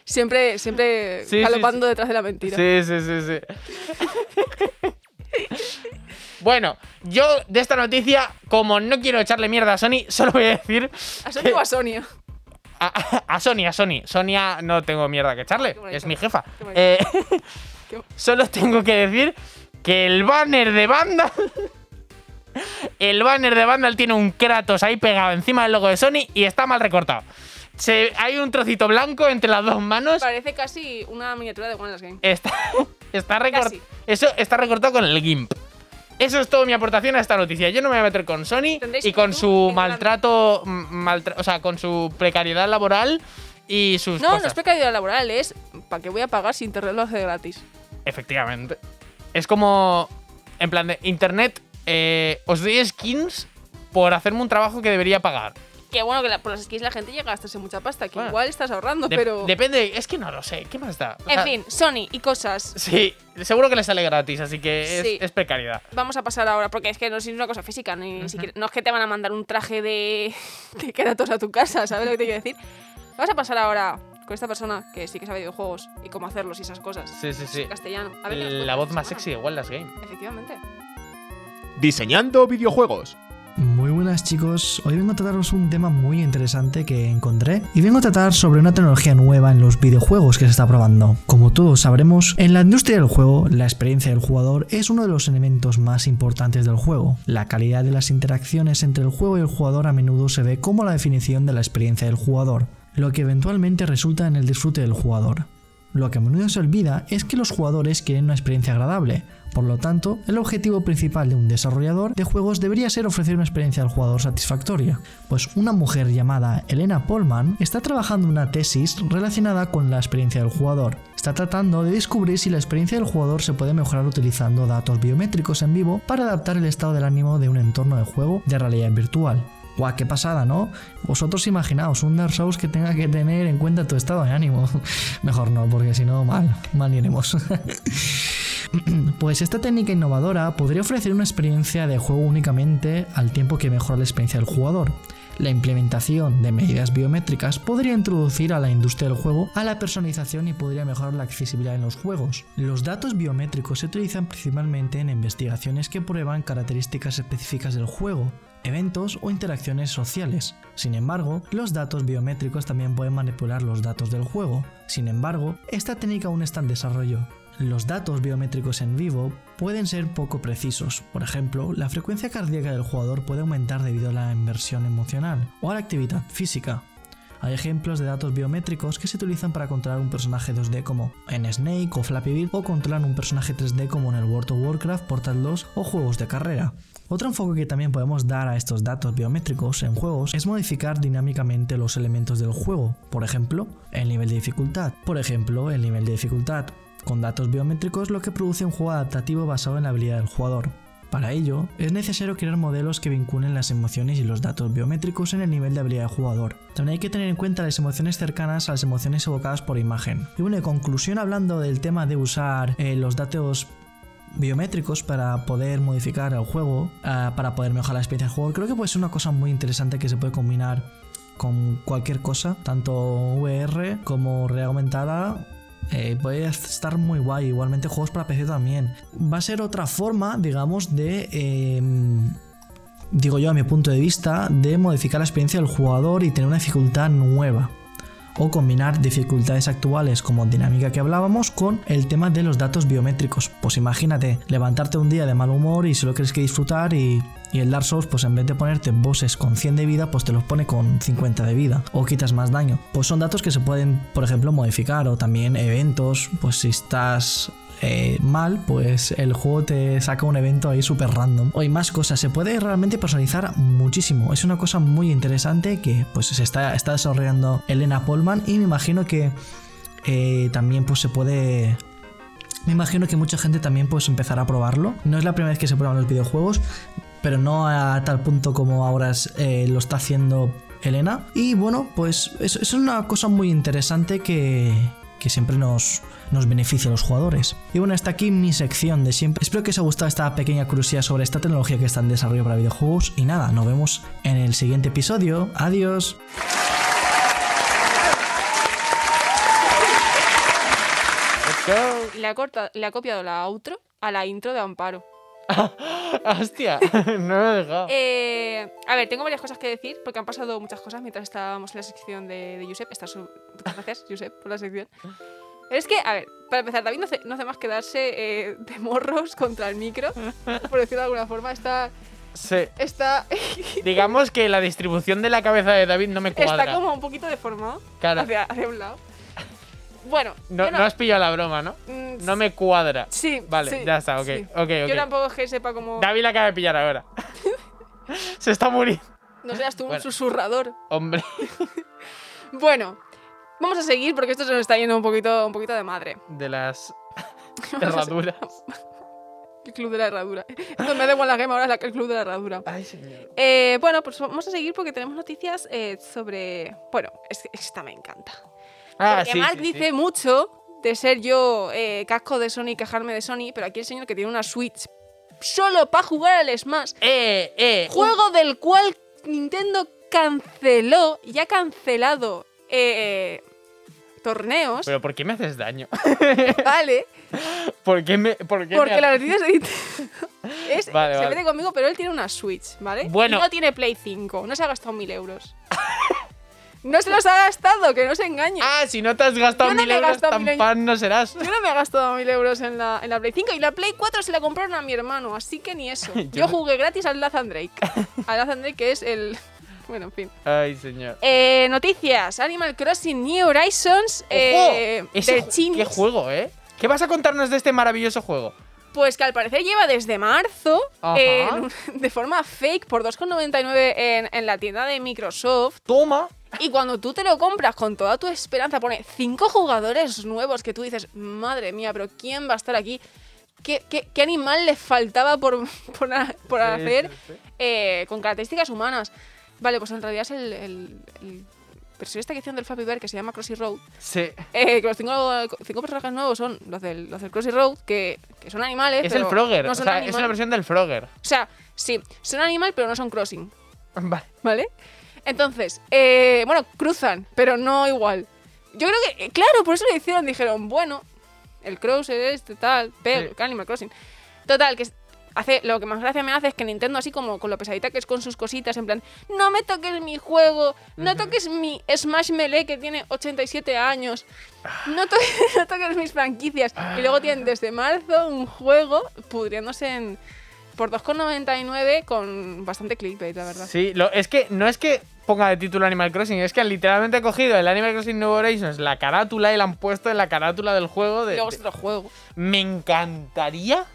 [SPEAKER 2] Siempre, siempre
[SPEAKER 3] Sí, sí,
[SPEAKER 2] galopando detrás de la mentira.
[SPEAKER 3] Sí, sí, sí, sí. bueno, yo de esta noticia, como no quiero echarle mierda a Sony, solo voy a decir
[SPEAKER 2] ¿A Sonia o a Sonia?
[SPEAKER 3] a, a Sony, a Sony. Sonia no tengo mierda que echarle,
[SPEAKER 2] Qué bonito.
[SPEAKER 3] es mi jefa.
[SPEAKER 2] Qué bonito.
[SPEAKER 3] Eh,
[SPEAKER 2] Qué-
[SPEAKER 3] [LAUGHS] solo tengo que decir que el banner de Vandal. [LAUGHS] El banner de Vandal tiene un Kratos ahí pegado encima del logo de Sony y está mal recortado. Se- hay un trocito blanco entre las dos manos.
[SPEAKER 2] Parece casi una miniatura de One Last Game.
[SPEAKER 3] Está, [LAUGHS] está, recor-
[SPEAKER 2] Casi.
[SPEAKER 3] eso está recortado con el GIMP. Eso es todo mi aportación a esta noticia. Yo no me voy a meter con Sony
[SPEAKER 2] Tendréis
[SPEAKER 3] y con
[SPEAKER 2] tú
[SPEAKER 3] su
[SPEAKER 2] en
[SPEAKER 3] maltrato, m- maltra- o sea, con su precariedad laboral y sus
[SPEAKER 2] No, no es
[SPEAKER 3] cosas.
[SPEAKER 2] precariedad laboral, es ¿para qué voy a pagar si Internet lo hace gratis?
[SPEAKER 3] Efectivamente. Es como, en plan de internet, eh, os doy skins por hacerme un trabajo que
[SPEAKER 2] [LAUGHS]
[SPEAKER 3] debería pagar.
[SPEAKER 2] Que bueno, que la- por las skins la gente llega a gastarse mucha pasta, que
[SPEAKER 3] Bueno.
[SPEAKER 2] igual estás ahorrando,
[SPEAKER 3] De-
[SPEAKER 2] pero...
[SPEAKER 3] Depende, es que no lo sé, ¿qué más da? O
[SPEAKER 2] en
[SPEAKER 3] sea,
[SPEAKER 2] fin, Sony y cosas.
[SPEAKER 3] Sí, seguro que le sale gratis, así que es,
[SPEAKER 2] Sí.
[SPEAKER 3] es precariedad.
[SPEAKER 2] Vamos a pasar ahora, porque es que no es una cosa física, ni
[SPEAKER 3] Ujú.
[SPEAKER 2] siquiera- no es que te van a mandar un traje de, [LAUGHS] de Kratos a tu casa, ¿sabes lo que te quiero decir? Vamos a pasar ahora con esta persona que sí que sabe videojuegos y cómo hacerlos y esas cosas.
[SPEAKER 3] Sí, sí, sí.
[SPEAKER 2] En castellano. A ver pues, qué nos cuenta
[SPEAKER 3] La voz
[SPEAKER 2] esta
[SPEAKER 3] más
[SPEAKER 2] semana.
[SPEAKER 3] sexy de Wallace Game.
[SPEAKER 2] Efectivamente.
[SPEAKER 6] Diseñando videojuegos.
[SPEAKER 7] Muy buenas chicos, hoy vengo a trataros un tema muy interesante que encontré y vengo a tratar sobre una tecnología nueva en los videojuegos que se está probando. Como todos sabremos, en la industria del juego, la experiencia del jugador es uno de los elementos más importantes del juego. La calidad de las interacciones entre el juego y el jugador a menudo se ve como la definición de la experiencia del jugador, lo que eventualmente resulta en el disfrute del jugador. Lo que a menudo se olvida es que los jugadores quieren una experiencia agradable. Por lo tanto, el objetivo principal de un desarrollador de juegos debería ser ofrecer una experiencia al jugador satisfactoria. Pues una mujer llamada Elena Polman está trabajando una tesis relacionada con la experiencia del jugador. Está tratando de descubrir si la experiencia del jugador se puede mejorar utilizando datos biométricos en vivo para adaptar el estado del ánimo de un entorno de juego de realidad virtual. Guau, qué pasada, ¿no? Vosotros imaginaos un Dark Souls que tenga que tener en cuenta tu estado de ánimo. [LAUGHS] Mejor no, porque si no, mal, mal iremos. [LAUGHS] Pues esta técnica innovadora podría ofrecer una experiencia de juego únicamente al tiempo que mejora la experiencia del jugador. La implementación de medidas biométricas podría introducir a la industria del juego a la personalización y podría mejorar la accesibilidad en los juegos. Los datos biométricos se utilizan principalmente en investigaciones que prueban características específicas del juego, eventos o interacciones sociales. Sin embargo, los datos biométricos también pueden manipular los datos del juego. Sin embargo, esta técnica aún está en desarrollo. Los datos biométricos en vivo pueden ser poco precisos. Por ejemplo, la frecuencia cardíaca del jugador puede aumentar debido a la inversión emocional o a la actividad física. Hay ejemplos de datos biométricos que se utilizan para controlar un personaje 2D como en Snake o Flappy Bird o controlar un personaje 3D como en el World of Warcraft, Portal 2 o juegos de carrera. Otro enfoque que también podemos dar a estos datos biométricos en juegos es modificar dinámicamente los elementos del juego, por ejemplo, el nivel de dificultad. Por ejemplo, el nivel de dificultad con datos biométricos lo que produce un juego adaptativo basado en la habilidad del jugador. Para ello, es necesario crear modelos que vinculen las emociones y los datos biométricos en el nivel de habilidad del jugador. También hay que tener en cuenta las emociones cercanas a las emociones evocadas por imagen. Y bueno, en conclusión, hablando del tema de usar eh, los datos biométricos para poder modificar el juego, ah, para poder mejorar la experiencia del juego, creo que puede ser una cosa muy interesante que se puede combinar con cualquier cosa, tanto VR como realidad aumentada. eh, puede estar muy guay, igualmente juegos para PC también. Va a ser otra forma, digamos, de em, digo yo a mi punto de vista, de modificar la experiencia del jugador y tener una dificultad nueva. O combinar dificultades actuales como dinámica que hablábamos con el tema de los datos biométricos. Pues imagínate, levantarte un día de mal humor y solo crees que disfrutar y, y el Dark Souls, pues en vez de ponerte bosses con 100 de vida, pues te los pone con 50 de vida. O quitas más daño. Pues son datos que se pueden, por ejemplo, modificar. O también eventos, pues si estás eh, mal, pues el juego te saca un evento ahí súper random. O hay más cosas, se puede realmente personalizar muchísimo. Es una cosa muy interesante que pues se está, está desarrollando Elena Polman y me imagino que eh, también pues se puede... Me imagino que mucha gente también pues empezará a probarlo. No es la primera vez que se prueban los videojuegos, pero no a tal punto como ahora es, eh, lo está haciendo Elena. Y bueno, pues es, es una cosa muy interesante que, que siempre nos, nos beneficia a los jugadores. Y bueno, hasta aquí mi sección de siempre. Espero que os haya gustado esta pequeña curiosidad sobre esta tecnología que está en desarrollo para videojuegos. Y nada, nos vemos en el siguiente episodio. Adiós.
[SPEAKER 2] Le ha, corta- le ha copiado la outro a la intro de Amparo.
[SPEAKER 3] Hostia, [LAUGHS] no me he dejado.
[SPEAKER 2] Eh, a ver, tengo varias cosas que decir porque han pasado muchas cosas mientras estábamos en la sección de, de Josep. Estás su- Muchas
[SPEAKER 3] [LAUGHS]
[SPEAKER 2] gracias, Josep, por la sección. Pero es que, a ver, para empezar, David no hace, no hace más que darse eh, de morros contra el
[SPEAKER 3] [LAUGHS]
[SPEAKER 2] micro, por decirlo de alguna forma. Está,
[SPEAKER 3] Sí.
[SPEAKER 2] está,
[SPEAKER 3] Digamos que la distribución de la cabeza de David no me cuadra.
[SPEAKER 2] está como un poquito deformado
[SPEAKER 3] Claro.
[SPEAKER 2] hacia, hacia un lado. Bueno,
[SPEAKER 3] No,
[SPEAKER 2] yo no-
[SPEAKER 3] no has pillado la broma, ¿no?
[SPEAKER 2] mm,
[SPEAKER 3] No me cuadra.
[SPEAKER 2] Sí,
[SPEAKER 3] Vale,
[SPEAKER 2] sí,
[SPEAKER 3] ya está, ok.
[SPEAKER 2] sí.
[SPEAKER 3] ok, ok.
[SPEAKER 2] Yo tampoco es que sepa cómo.
[SPEAKER 3] David la acaba de pillar
[SPEAKER 2] [LAUGHS]
[SPEAKER 3] ahora. Se está muriendo.
[SPEAKER 2] No seas tú un
[SPEAKER 3] Bueno.
[SPEAKER 2] susurrador.
[SPEAKER 3] Hombre.
[SPEAKER 2] Bueno, vamos a seguir porque esto se nos está yendo un poquito, un poquito de madre.
[SPEAKER 3] De
[SPEAKER 2] [LAUGHS]
[SPEAKER 3] las herraduras.
[SPEAKER 2] El club de la herradura. Esto me da igual la gema, ahora es la- el club de la herradura.
[SPEAKER 3] Ay, señor.
[SPEAKER 2] Eh, bueno, pues vamos a seguir porque tenemos noticias eh, sobre. Bueno, es que esta me encanta.
[SPEAKER 3] Ah,
[SPEAKER 2] porque
[SPEAKER 3] sí,
[SPEAKER 2] Mark
[SPEAKER 3] sí, sí.
[SPEAKER 2] dice mucho de ser yo eh, casco de Sony y quejarme de Sony, pero aquí el señor que tiene una Switch solo para jugar al Smash,
[SPEAKER 3] Eh, eh.
[SPEAKER 2] juego del cual Nintendo canceló y ha cancelado eh, torneos,
[SPEAKER 3] Pero ¿por qué me
[SPEAKER 2] [LAUGHS]
[SPEAKER 3] haces daño?
[SPEAKER 2] ¿vale?
[SPEAKER 3] ¿Por qué me.? ¿Por qué me
[SPEAKER 2] Porque
[SPEAKER 3] haces-
[SPEAKER 2] las noticias de Nintendo
[SPEAKER 3] [LAUGHS]
[SPEAKER 2] es,
[SPEAKER 3] Vale,
[SPEAKER 2] se
[SPEAKER 3] vale.
[SPEAKER 2] mete conmigo, pero él tiene una Switch, ¿vale?
[SPEAKER 3] Bueno.
[SPEAKER 2] Y no tiene Play 5, no se ha gastado mil euros. [LAUGHS] no se los ha gastado, que no se engañe.
[SPEAKER 3] Ah, si no te has gastado
[SPEAKER 2] Yo no
[SPEAKER 3] mil
[SPEAKER 2] me he
[SPEAKER 3] euros,
[SPEAKER 2] gastado
[SPEAKER 3] tan
[SPEAKER 2] mil euros.
[SPEAKER 3] pan no serás.
[SPEAKER 2] Yo no me he gastado mil euros en la, en la Play 5 y la Play 4 se la compraron a mi hermano, así que ni
[SPEAKER 3] [LAUGHS]
[SPEAKER 2] eso. Yo, jugué gratis al Laz and Drake. Al Laz and Drake que es el... [LAUGHS] Bueno, en
[SPEAKER 3] [LAUGHS]
[SPEAKER 2] fin.
[SPEAKER 3] Ay, señor.
[SPEAKER 2] Eh, noticias. Animal Crossing New Horizons eh,
[SPEAKER 3] ¡Ojo! Ese
[SPEAKER 2] del
[SPEAKER 3] ju-
[SPEAKER 2] Chinis.
[SPEAKER 3] ¡Qué juego, eh! ¿Qué vas a contarnos de este maravilloso juego?
[SPEAKER 2] Pues que al parecer lleva desde marzo
[SPEAKER 3] Ajá.
[SPEAKER 2] en un- [LAUGHS] de forma fake por 2,99 en, en la tienda de Microsoft.
[SPEAKER 3] Toma.
[SPEAKER 2] Y cuando tú te lo compras con toda tu esperanza, pone cinco jugadores nuevos que tú dices, madre mía, pero ¿quién va a estar aquí? ¿Qué, qué- qué animal les faltaba por, [LAUGHS] por, a- por
[SPEAKER 3] Sí,
[SPEAKER 2] hacer
[SPEAKER 3] sí, sí.
[SPEAKER 2] eh, con características humanas? Vale, pues en realidad es el... el- el- pero si esta que hicieron del Flappy Bird que se llama Crossy Road,
[SPEAKER 3] Sí.
[SPEAKER 2] eh, que los cinco, cinco personajes nuevos son los del, los del Crossy Road, que, que son animales.
[SPEAKER 3] Es
[SPEAKER 2] pero
[SPEAKER 3] el Frogger.
[SPEAKER 2] no
[SPEAKER 3] o
[SPEAKER 2] son
[SPEAKER 3] sea, es
[SPEAKER 2] animales.
[SPEAKER 3] una versión del Frogger.
[SPEAKER 2] O sea, sí, son animal, pero no son crossing,
[SPEAKER 3] [LAUGHS] Vale.
[SPEAKER 2] ¿vale? Entonces, eh, bueno, cruzan, pero no igual. Yo creo que, eh, claro, por eso lo hicieron, dijeron, bueno, el cross es este tal, pero
[SPEAKER 3] Sí.
[SPEAKER 2] que Animal Crossing. Total, que es- hace, lo que más gracia me hace es que Nintendo, así como con lo pesadita que es con sus cositas, en plan, no me toques mi juego, no toques mi Smash Melee que tiene 87 años, no, to- [LAUGHS] no toques mis franquicias. Y luego tienen desde marzo un juego pudriéndose en, por 2,99 con bastante clickbait, la verdad.
[SPEAKER 3] Sí, lo- es que no es que ponga de título Animal Crossing, es que han literalmente cogido el Animal Crossing New Horizons, la carátula, y la han puesto en la carátula del juego.
[SPEAKER 2] Y
[SPEAKER 3] De,
[SPEAKER 2] luego
[SPEAKER 3] de-
[SPEAKER 2] es otro juego.
[SPEAKER 3] Me encantaría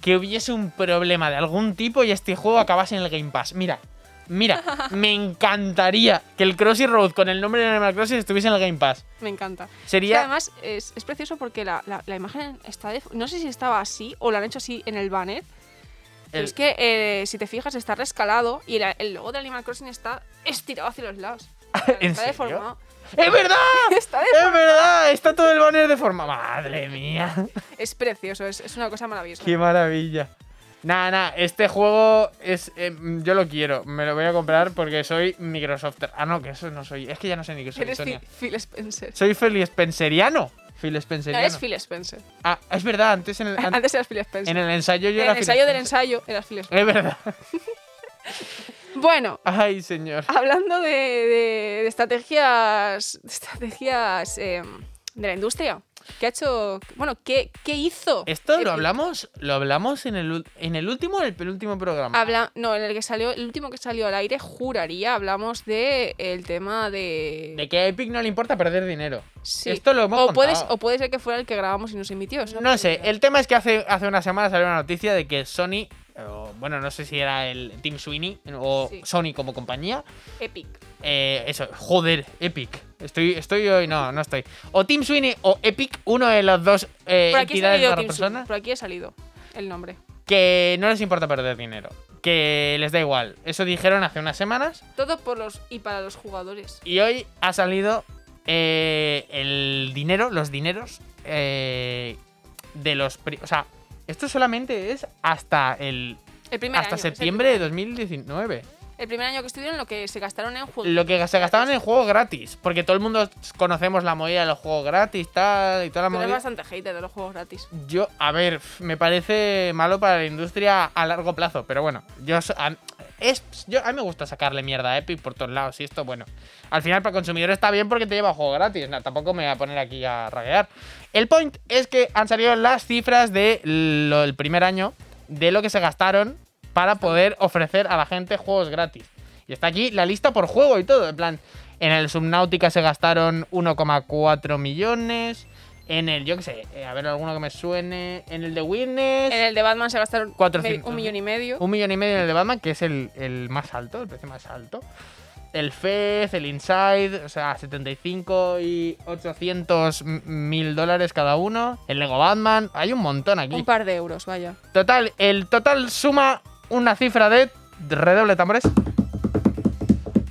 [SPEAKER 3] que hubiese un problema de algún tipo y este juego acabase en el Game Pass. Mira, [LAUGHS] mira, me encantaría que el Crossy Road con el nombre de Animal Crossing estuviese en el Game Pass.
[SPEAKER 2] Me encanta. Y
[SPEAKER 3] Sería.
[SPEAKER 2] además es, es precioso porque la, la- la imagen está de- No sé si estaba así o la han hecho así en el banner. Pero
[SPEAKER 3] el-
[SPEAKER 2] es que eh, si te fijas está rescalado y la- el logo de Animal Crossing está estirado hacia los
[SPEAKER 3] [LAUGHS]
[SPEAKER 2] lados. O sea,
[SPEAKER 3] ¿En
[SPEAKER 2] está
[SPEAKER 3] serio?
[SPEAKER 2] deformado. [LAUGHS]
[SPEAKER 3] ¡Es verdad!
[SPEAKER 2] Está de-
[SPEAKER 3] ¡Es verdad! Está todo el banner de forma. ¡Madre mía!
[SPEAKER 2] Es precioso, es, es una cosa maravillosa.
[SPEAKER 3] ¡Qué maravilla! Nah, nah, este juego es. eh, yo lo quiero, me lo voy a comprar porque soy Microsofter. Ah, no, que eso no soy. Es que ya no sé ni qué soy,
[SPEAKER 2] Eres Phil,
[SPEAKER 3] Sonia.
[SPEAKER 2] Phil Spencer.
[SPEAKER 3] Soy Phil Spenceriano. Phil
[SPEAKER 2] No,
[SPEAKER 3] Spenceriano.
[SPEAKER 2] eres Phil Spencer.
[SPEAKER 3] Ah, es verdad, antes en el,
[SPEAKER 2] [LAUGHS]
[SPEAKER 3] an-
[SPEAKER 2] Antes eras Phil Spencer.
[SPEAKER 3] en el ensayo yo
[SPEAKER 2] En
[SPEAKER 3] era
[SPEAKER 2] el
[SPEAKER 3] Phil
[SPEAKER 2] ensayo del
[SPEAKER 3] Spencer.
[SPEAKER 2] ensayo eras Phil Spencer.
[SPEAKER 3] Es verdad. [LAUGHS]
[SPEAKER 2] Bueno,
[SPEAKER 3] Ay, señor.
[SPEAKER 2] hablando de, de- de estrategias, de, estrategias eh, de la industria, ¿qué ha hecho? Bueno, ¿qué, qué hizo?
[SPEAKER 3] Esto
[SPEAKER 2] Epic?
[SPEAKER 3] lo hablamos, lo hablamos en el, ul- en el último o en el penúltimo programa.
[SPEAKER 2] Habla, no, en el que salió, el último que salió al aire, juraría, hablamos de el tema de.
[SPEAKER 3] De que a Epic no le importa perder dinero.
[SPEAKER 2] sí.
[SPEAKER 3] Esto lo hemos
[SPEAKER 2] o puedes,
[SPEAKER 3] contado.
[SPEAKER 2] o puede ser que fuera el que grabamos y nos emitió. eso
[SPEAKER 3] No
[SPEAKER 2] puede
[SPEAKER 3] sé,
[SPEAKER 2] ser.
[SPEAKER 3] el tema es que hace, hace una semana salió una noticia de que Sony, eh, o, bueno, no sé si era el Team Sweeney o
[SPEAKER 2] Sí.
[SPEAKER 3] Sony como compañía,
[SPEAKER 2] Epic.
[SPEAKER 3] eh, eso, joder, Epic. Estoy, estoy hoy, no, no estoy. O Team Sweeney o Epic, uno de los dos eh,
[SPEAKER 2] Por aquí, ha
[SPEAKER 3] entidades
[SPEAKER 2] salido
[SPEAKER 3] barra
[SPEAKER 2] Tim Sweeney,
[SPEAKER 3] personas,
[SPEAKER 2] por aquí ha salido el nombre.
[SPEAKER 3] que no les importa perder dinero, que les da igual. Eso dijeron hace unas semanas
[SPEAKER 2] Todo por los y para los jugadores.
[SPEAKER 3] y hoy ha salido eh, el dinero, los dineros eh, de los... pri- O sea, esto solamente es hasta el
[SPEAKER 2] El primer
[SPEAKER 3] hasta
[SPEAKER 2] año, es el
[SPEAKER 3] septiembre de
[SPEAKER 2] primer
[SPEAKER 3] 2019.
[SPEAKER 2] año. El primer año que estuvieron, lo que se gastaron en juegos.
[SPEAKER 3] Lo que se gastaban en juego gratis. Porque todo el mundo conocemos la movida de los juegos gratis, tal, y toda la
[SPEAKER 2] Pero es
[SPEAKER 3] movida.
[SPEAKER 2] bastante hater de los juegos gratis.
[SPEAKER 3] Yo, a ver, f- me parece malo para la industria a largo plazo, pero bueno, yo so- a, es, yo, a mí me gusta sacarle mierda a Epic por todos lados y esto, bueno, al final para el consumidor está bien porque te lleva juego gratis, no, tampoco me voy a poner aquí a raguear. El point es que han salido las cifras del primer año de lo que se gastaron para poder ofrecer a la gente juegos gratis. Y está aquí la lista por juego y todo, en plan, en el Subnautica se gastaron 1,4 millones. En el, yo qué sé, eh, a ver, alguno que me suene. En el de Witness.
[SPEAKER 2] En el de Batman se gastaron
[SPEAKER 3] 400.
[SPEAKER 2] un millón y medio.
[SPEAKER 3] Un millón y medio en el de Batman, que es el, el más alto, el precio más alto. El Fez, el Inside, o sea, 75 y 800 m- mil dólares cada uno. El Lego Batman, hay un montón aquí.
[SPEAKER 2] Un par de euros, vaya.
[SPEAKER 3] Total, el total suma una cifra de. Redoble de tambores.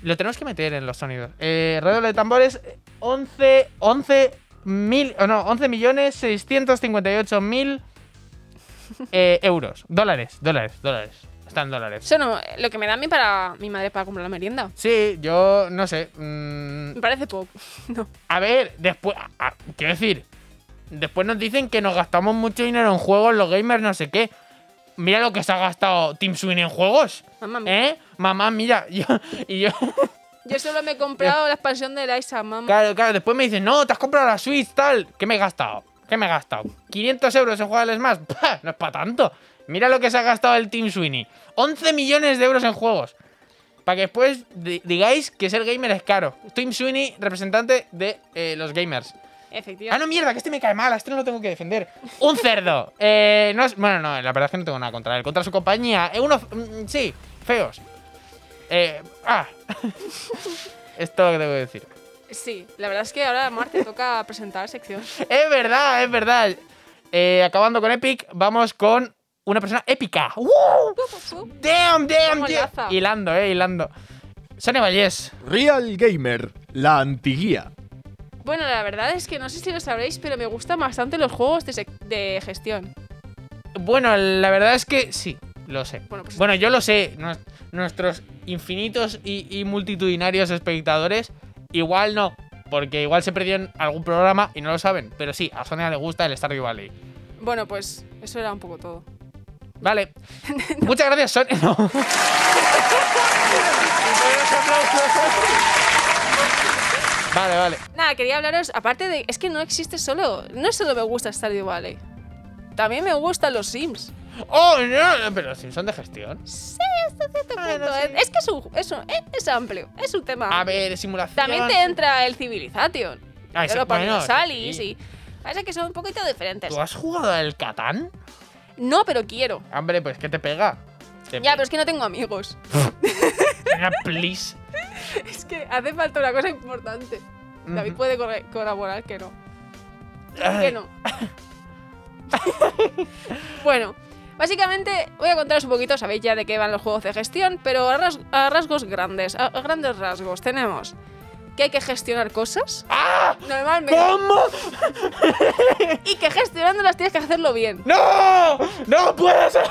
[SPEAKER 3] Lo tenemos que meter en los sonidos. Eh, redoble de tambores: 11. 11 mil. o no, 11 millones 658 mil. eh, euros. Dólares, dólares, dólares. Están dólares.
[SPEAKER 2] Eso no, lo que me da a mí para mi madre para comprar la merienda.
[SPEAKER 3] Sí, yo no sé. mm,
[SPEAKER 2] Me parece poco. [LAUGHS] No.
[SPEAKER 3] a ver, después. a- a- quiero decir. Después nos dicen que nos gastamos mucho dinero en juegos, los gamers, no sé qué. Mira lo que se ha gastado Team Swing en juegos.
[SPEAKER 2] Mamma mía.
[SPEAKER 3] ¿Eh? Mamá, mira, [LAUGHS] yo, y yo...
[SPEAKER 2] Yo solo me he comprado la expansión de Liza, mamá.
[SPEAKER 3] Claro, claro, después me dicen, no, te has comprado la Switch, tal. ¿Qué me he gastado? ¿Qué me he gastado? 500 euros en jugar al Smash. [LAUGHS] ¡Pah! No es para tanto. Mira lo que se ha gastado el Team Sweeney. 11 millones de euros en juegos. Para que después di- digáis que ser gamer es caro. Team Sweeney, representante de eh, los gamers. Ah,
[SPEAKER 2] Efectivamente.
[SPEAKER 3] no, mierda, que este me cae mal, a este no lo tengo
[SPEAKER 2] [LAUGHS]
[SPEAKER 3] que defender. Un cerdo. Eh, no es- bueno, no, la verdad es que no tengo nada contra él. Contra su compañía. Eh, uno, mm, sí, feos. Eh, ah. [LAUGHS] es todo lo que tengo que decir.
[SPEAKER 2] Sí, la verdad es que ahora Mar te toca [LAUGHS] presentar sección.
[SPEAKER 3] Es verdad, es verdad. Eh, acabando con Epic, vamos con una persona épica. ¡Wow! ¡Damn, damn,
[SPEAKER 2] Cómo enlaza.
[SPEAKER 3] damn! Hilando, eh, hilando. Sonia Vallés.
[SPEAKER 6] Real Gamer, la antiguía.
[SPEAKER 2] Bueno, la verdad es que no sé si lo sabréis, pero me gustan bastante los juegos de, sec- de gestión.
[SPEAKER 3] Bueno, la verdad es que sí, lo sé.
[SPEAKER 2] Bueno, pues-
[SPEAKER 3] Bueno, yo lo sé. Nues- Nuestros infinitos y, y multitudinarios espectadores, igual no. Porque igual se perdieron algún programa y no lo saben. Pero sí, a Sonia le gusta el Stardew Valley.
[SPEAKER 2] Bueno, pues eso era un poco todo. [LAUGHS]
[SPEAKER 3] Vale. Muchas gracias, Sonia. No. vale, vale.
[SPEAKER 2] Nada, quería hablaros, aparte de, es que no existe solo, no solo me gusta Stardew Valley. También me gustan los Sims.
[SPEAKER 3] Oh, no. Pero si son de gestión.
[SPEAKER 2] Sí, hasta cierto
[SPEAKER 3] Bueno,
[SPEAKER 2] punto. eh.
[SPEAKER 3] sí.
[SPEAKER 2] Es, es que es, un- es un- eh, es- es amplio, es un tema.
[SPEAKER 3] A
[SPEAKER 2] amplio.
[SPEAKER 3] ver, simulación.
[SPEAKER 2] Ah. También te entra el Civilization.
[SPEAKER 3] Ah, ese-
[SPEAKER 2] Pero para
[SPEAKER 3] bueno,
[SPEAKER 2] los Alice
[SPEAKER 3] sí.
[SPEAKER 2] y... Parece que son un poquito diferentes.
[SPEAKER 3] ¿Tú has jugado al Catán?
[SPEAKER 2] No, pero quiero.
[SPEAKER 3] Hombre, pues que te pega. Te
[SPEAKER 2] Ya, pero es que no tengo amigos.
[SPEAKER 3] pega, please.
[SPEAKER 2] Es que hace falta una cosa importante. David
[SPEAKER 3] Ujú.
[SPEAKER 2] puede corre- colaborar, que no.
[SPEAKER 3] [LAUGHS] Ay.
[SPEAKER 2] Que no. bueno, Básicamente, voy a contaros un poquito, sabéis ya de qué van los juegos de gestión, pero a, ras- a rasgos grandes, a, a grandes rasgos, tenemos que hay que gestionar cosas.
[SPEAKER 3] ¡Ah!
[SPEAKER 2] Normalmente.
[SPEAKER 3] ¿Cómo?
[SPEAKER 2] Y que gestionándolas tienes que hacerlo bien.
[SPEAKER 3] ¡No! ¡No puede ser!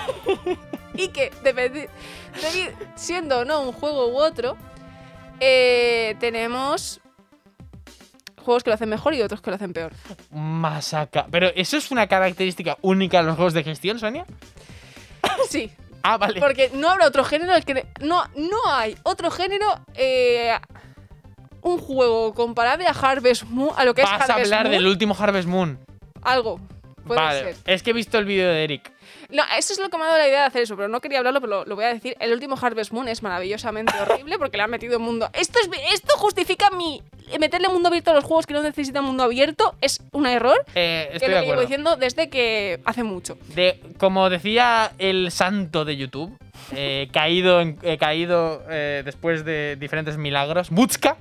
[SPEAKER 2] Y que, dependi- debi- siendo o no un juego u otro, eh, tenemos juegos que lo hacen mejor y otros que lo hacen
[SPEAKER 3] [LAUGHS]
[SPEAKER 2] peor.
[SPEAKER 3] Masaca. Pero eso es una característica única de los juegos de gestión, Sonia.
[SPEAKER 2] Sí,
[SPEAKER 3] Ah, vale.
[SPEAKER 2] porque no habrá otro género al que. No, no hay otro género. eh, un juego comparable a Harvest Moon. A lo que
[SPEAKER 3] Vas
[SPEAKER 2] es
[SPEAKER 3] a
[SPEAKER 2] Harvest
[SPEAKER 3] hablar
[SPEAKER 2] Moon,
[SPEAKER 3] del último Harvest Moon.
[SPEAKER 2] Algo. Puede
[SPEAKER 3] vale.
[SPEAKER 2] ser.
[SPEAKER 3] Es que he visto el vídeo de Eric.
[SPEAKER 2] No, eso es lo que me ha dado la idea de hacer eso, pero no quería hablarlo, pero lo, lo voy a decir. El último Harvest Moon es maravillosamente horrible porque le han metido mundo. Esto, es, esto justifica mi. Meterle mundo abierto a los juegos que no necesitan mundo abierto es un error
[SPEAKER 3] Eh,
[SPEAKER 2] que
[SPEAKER 3] estoy
[SPEAKER 2] lo
[SPEAKER 3] de
[SPEAKER 2] que llevo
[SPEAKER 3] acuerdo.
[SPEAKER 2] diciendo desde que hace mucho.
[SPEAKER 3] De- como decía el santo de YouTube,
[SPEAKER 2] [LAUGHS]
[SPEAKER 3] eh, caído, en- eh, caído eh, después de diferentes
[SPEAKER 2] [LAUGHS]
[SPEAKER 3] milagros, Mutzka,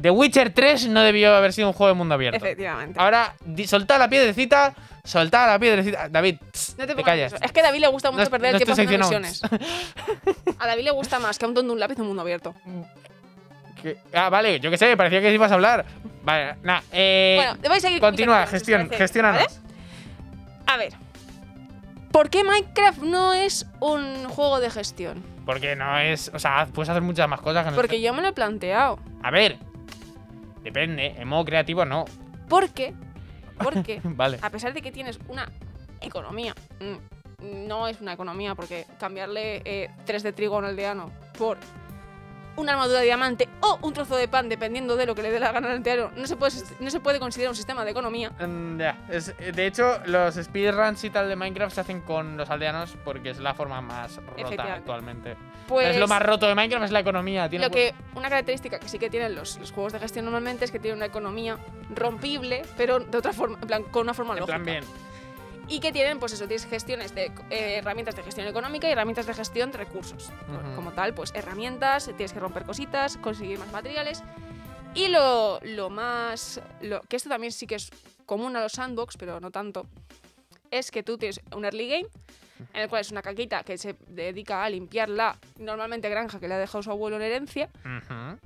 [SPEAKER 3] The Witcher 3 no debió haber sido un juego de mundo abierto.
[SPEAKER 2] Efectivamente.
[SPEAKER 3] Ahora, di- soltá la piedrecita, soltá la piedrecita. David, tss,
[SPEAKER 2] No te
[SPEAKER 3] te
[SPEAKER 2] pongas
[SPEAKER 3] callas.
[SPEAKER 2] nervioso. Es que a David le gusta mucho
[SPEAKER 3] No-
[SPEAKER 2] perder
[SPEAKER 3] no
[SPEAKER 2] el tiempo
[SPEAKER 3] estoy
[SPEAKER 2] haciendo misiones.
[SPEAKER 3] sancionado. [LAUGHS]
[SPEAKER 2] A David le gusta más que a un don de un lápiz un mundo abierto.
[SPEAKER 3] Que- Ah, vale, yo qué sé, parecía que ibas a hablar. Vale, nada. Eh,
[SPEAKER 2] bueno, vais a ir
[SPEAKER 3] continúa, gestión, gestiónanos.
[SPEAKER 2] A ver. ¿Por qué Minecraft no es un juego de gestión?
[SPEAKER 3] Porque no es. O sea, puedes hacer muchas más cosas que no-
[SPEAKER 2] Porque yo me lo he planteado.
[SPEAKER 3] A ver, depende, en modo creativo no. [LAUGHS]
[SPEAKER 2] Porque, porque
[SPEAKER 3] Vale.
[SPEAKER 2] a pesar de que tienes una economía, mm, no es una economía porque cambiarle eh, tres de trigo a un aldeano por una armadura de diamante o un trozo de pan, dependiendo de lo que le dé la gana al aldeano, no se puede, no se puede considerar un sistema de economía.
[SPEAKER 3] Mm, ya. Es- de hecho, los speedruns y tal de Minecraft se hacen con los aldeanos porque es la forma más rota
[SPEAKER 2] Efectivamente.
[SPEAKER 3] actualmente.
[SPEAKER 2] Pues
[SPEAKER 3] es lo más roto de Minecraft, es la economía. Tiene
[SPEAKER 2] lo que una característica que sí que tienen los, los juegos de gestión normalmente es que tienen una economía rompible, pero de otra forma, en plan, con una forma
[SPEAKER 3] en
[SPEAKER 2] lógica.
[SPEAKER 3] plan bien.
[SPEAKER 2] y que tienen, pues eso, tienes gestiones de eh, herramientas de gestión económica y herramientas de gestión de recursos.
[SPEAKER 3] Ujú.
[SPEAKER 2] Como tal, pues herramientas, tienes que romper cositas, conseguir más materiales. Y lo, lo más. Lo, que esto también sí que es común a los sandbox, pero no tanto. Es que tú tienes un early game, en el cual es una caquita que se dedica a limpiar la normalmente granja que le ha dejado su abuelo en herencia.
[SPEAKER 3] Ujú.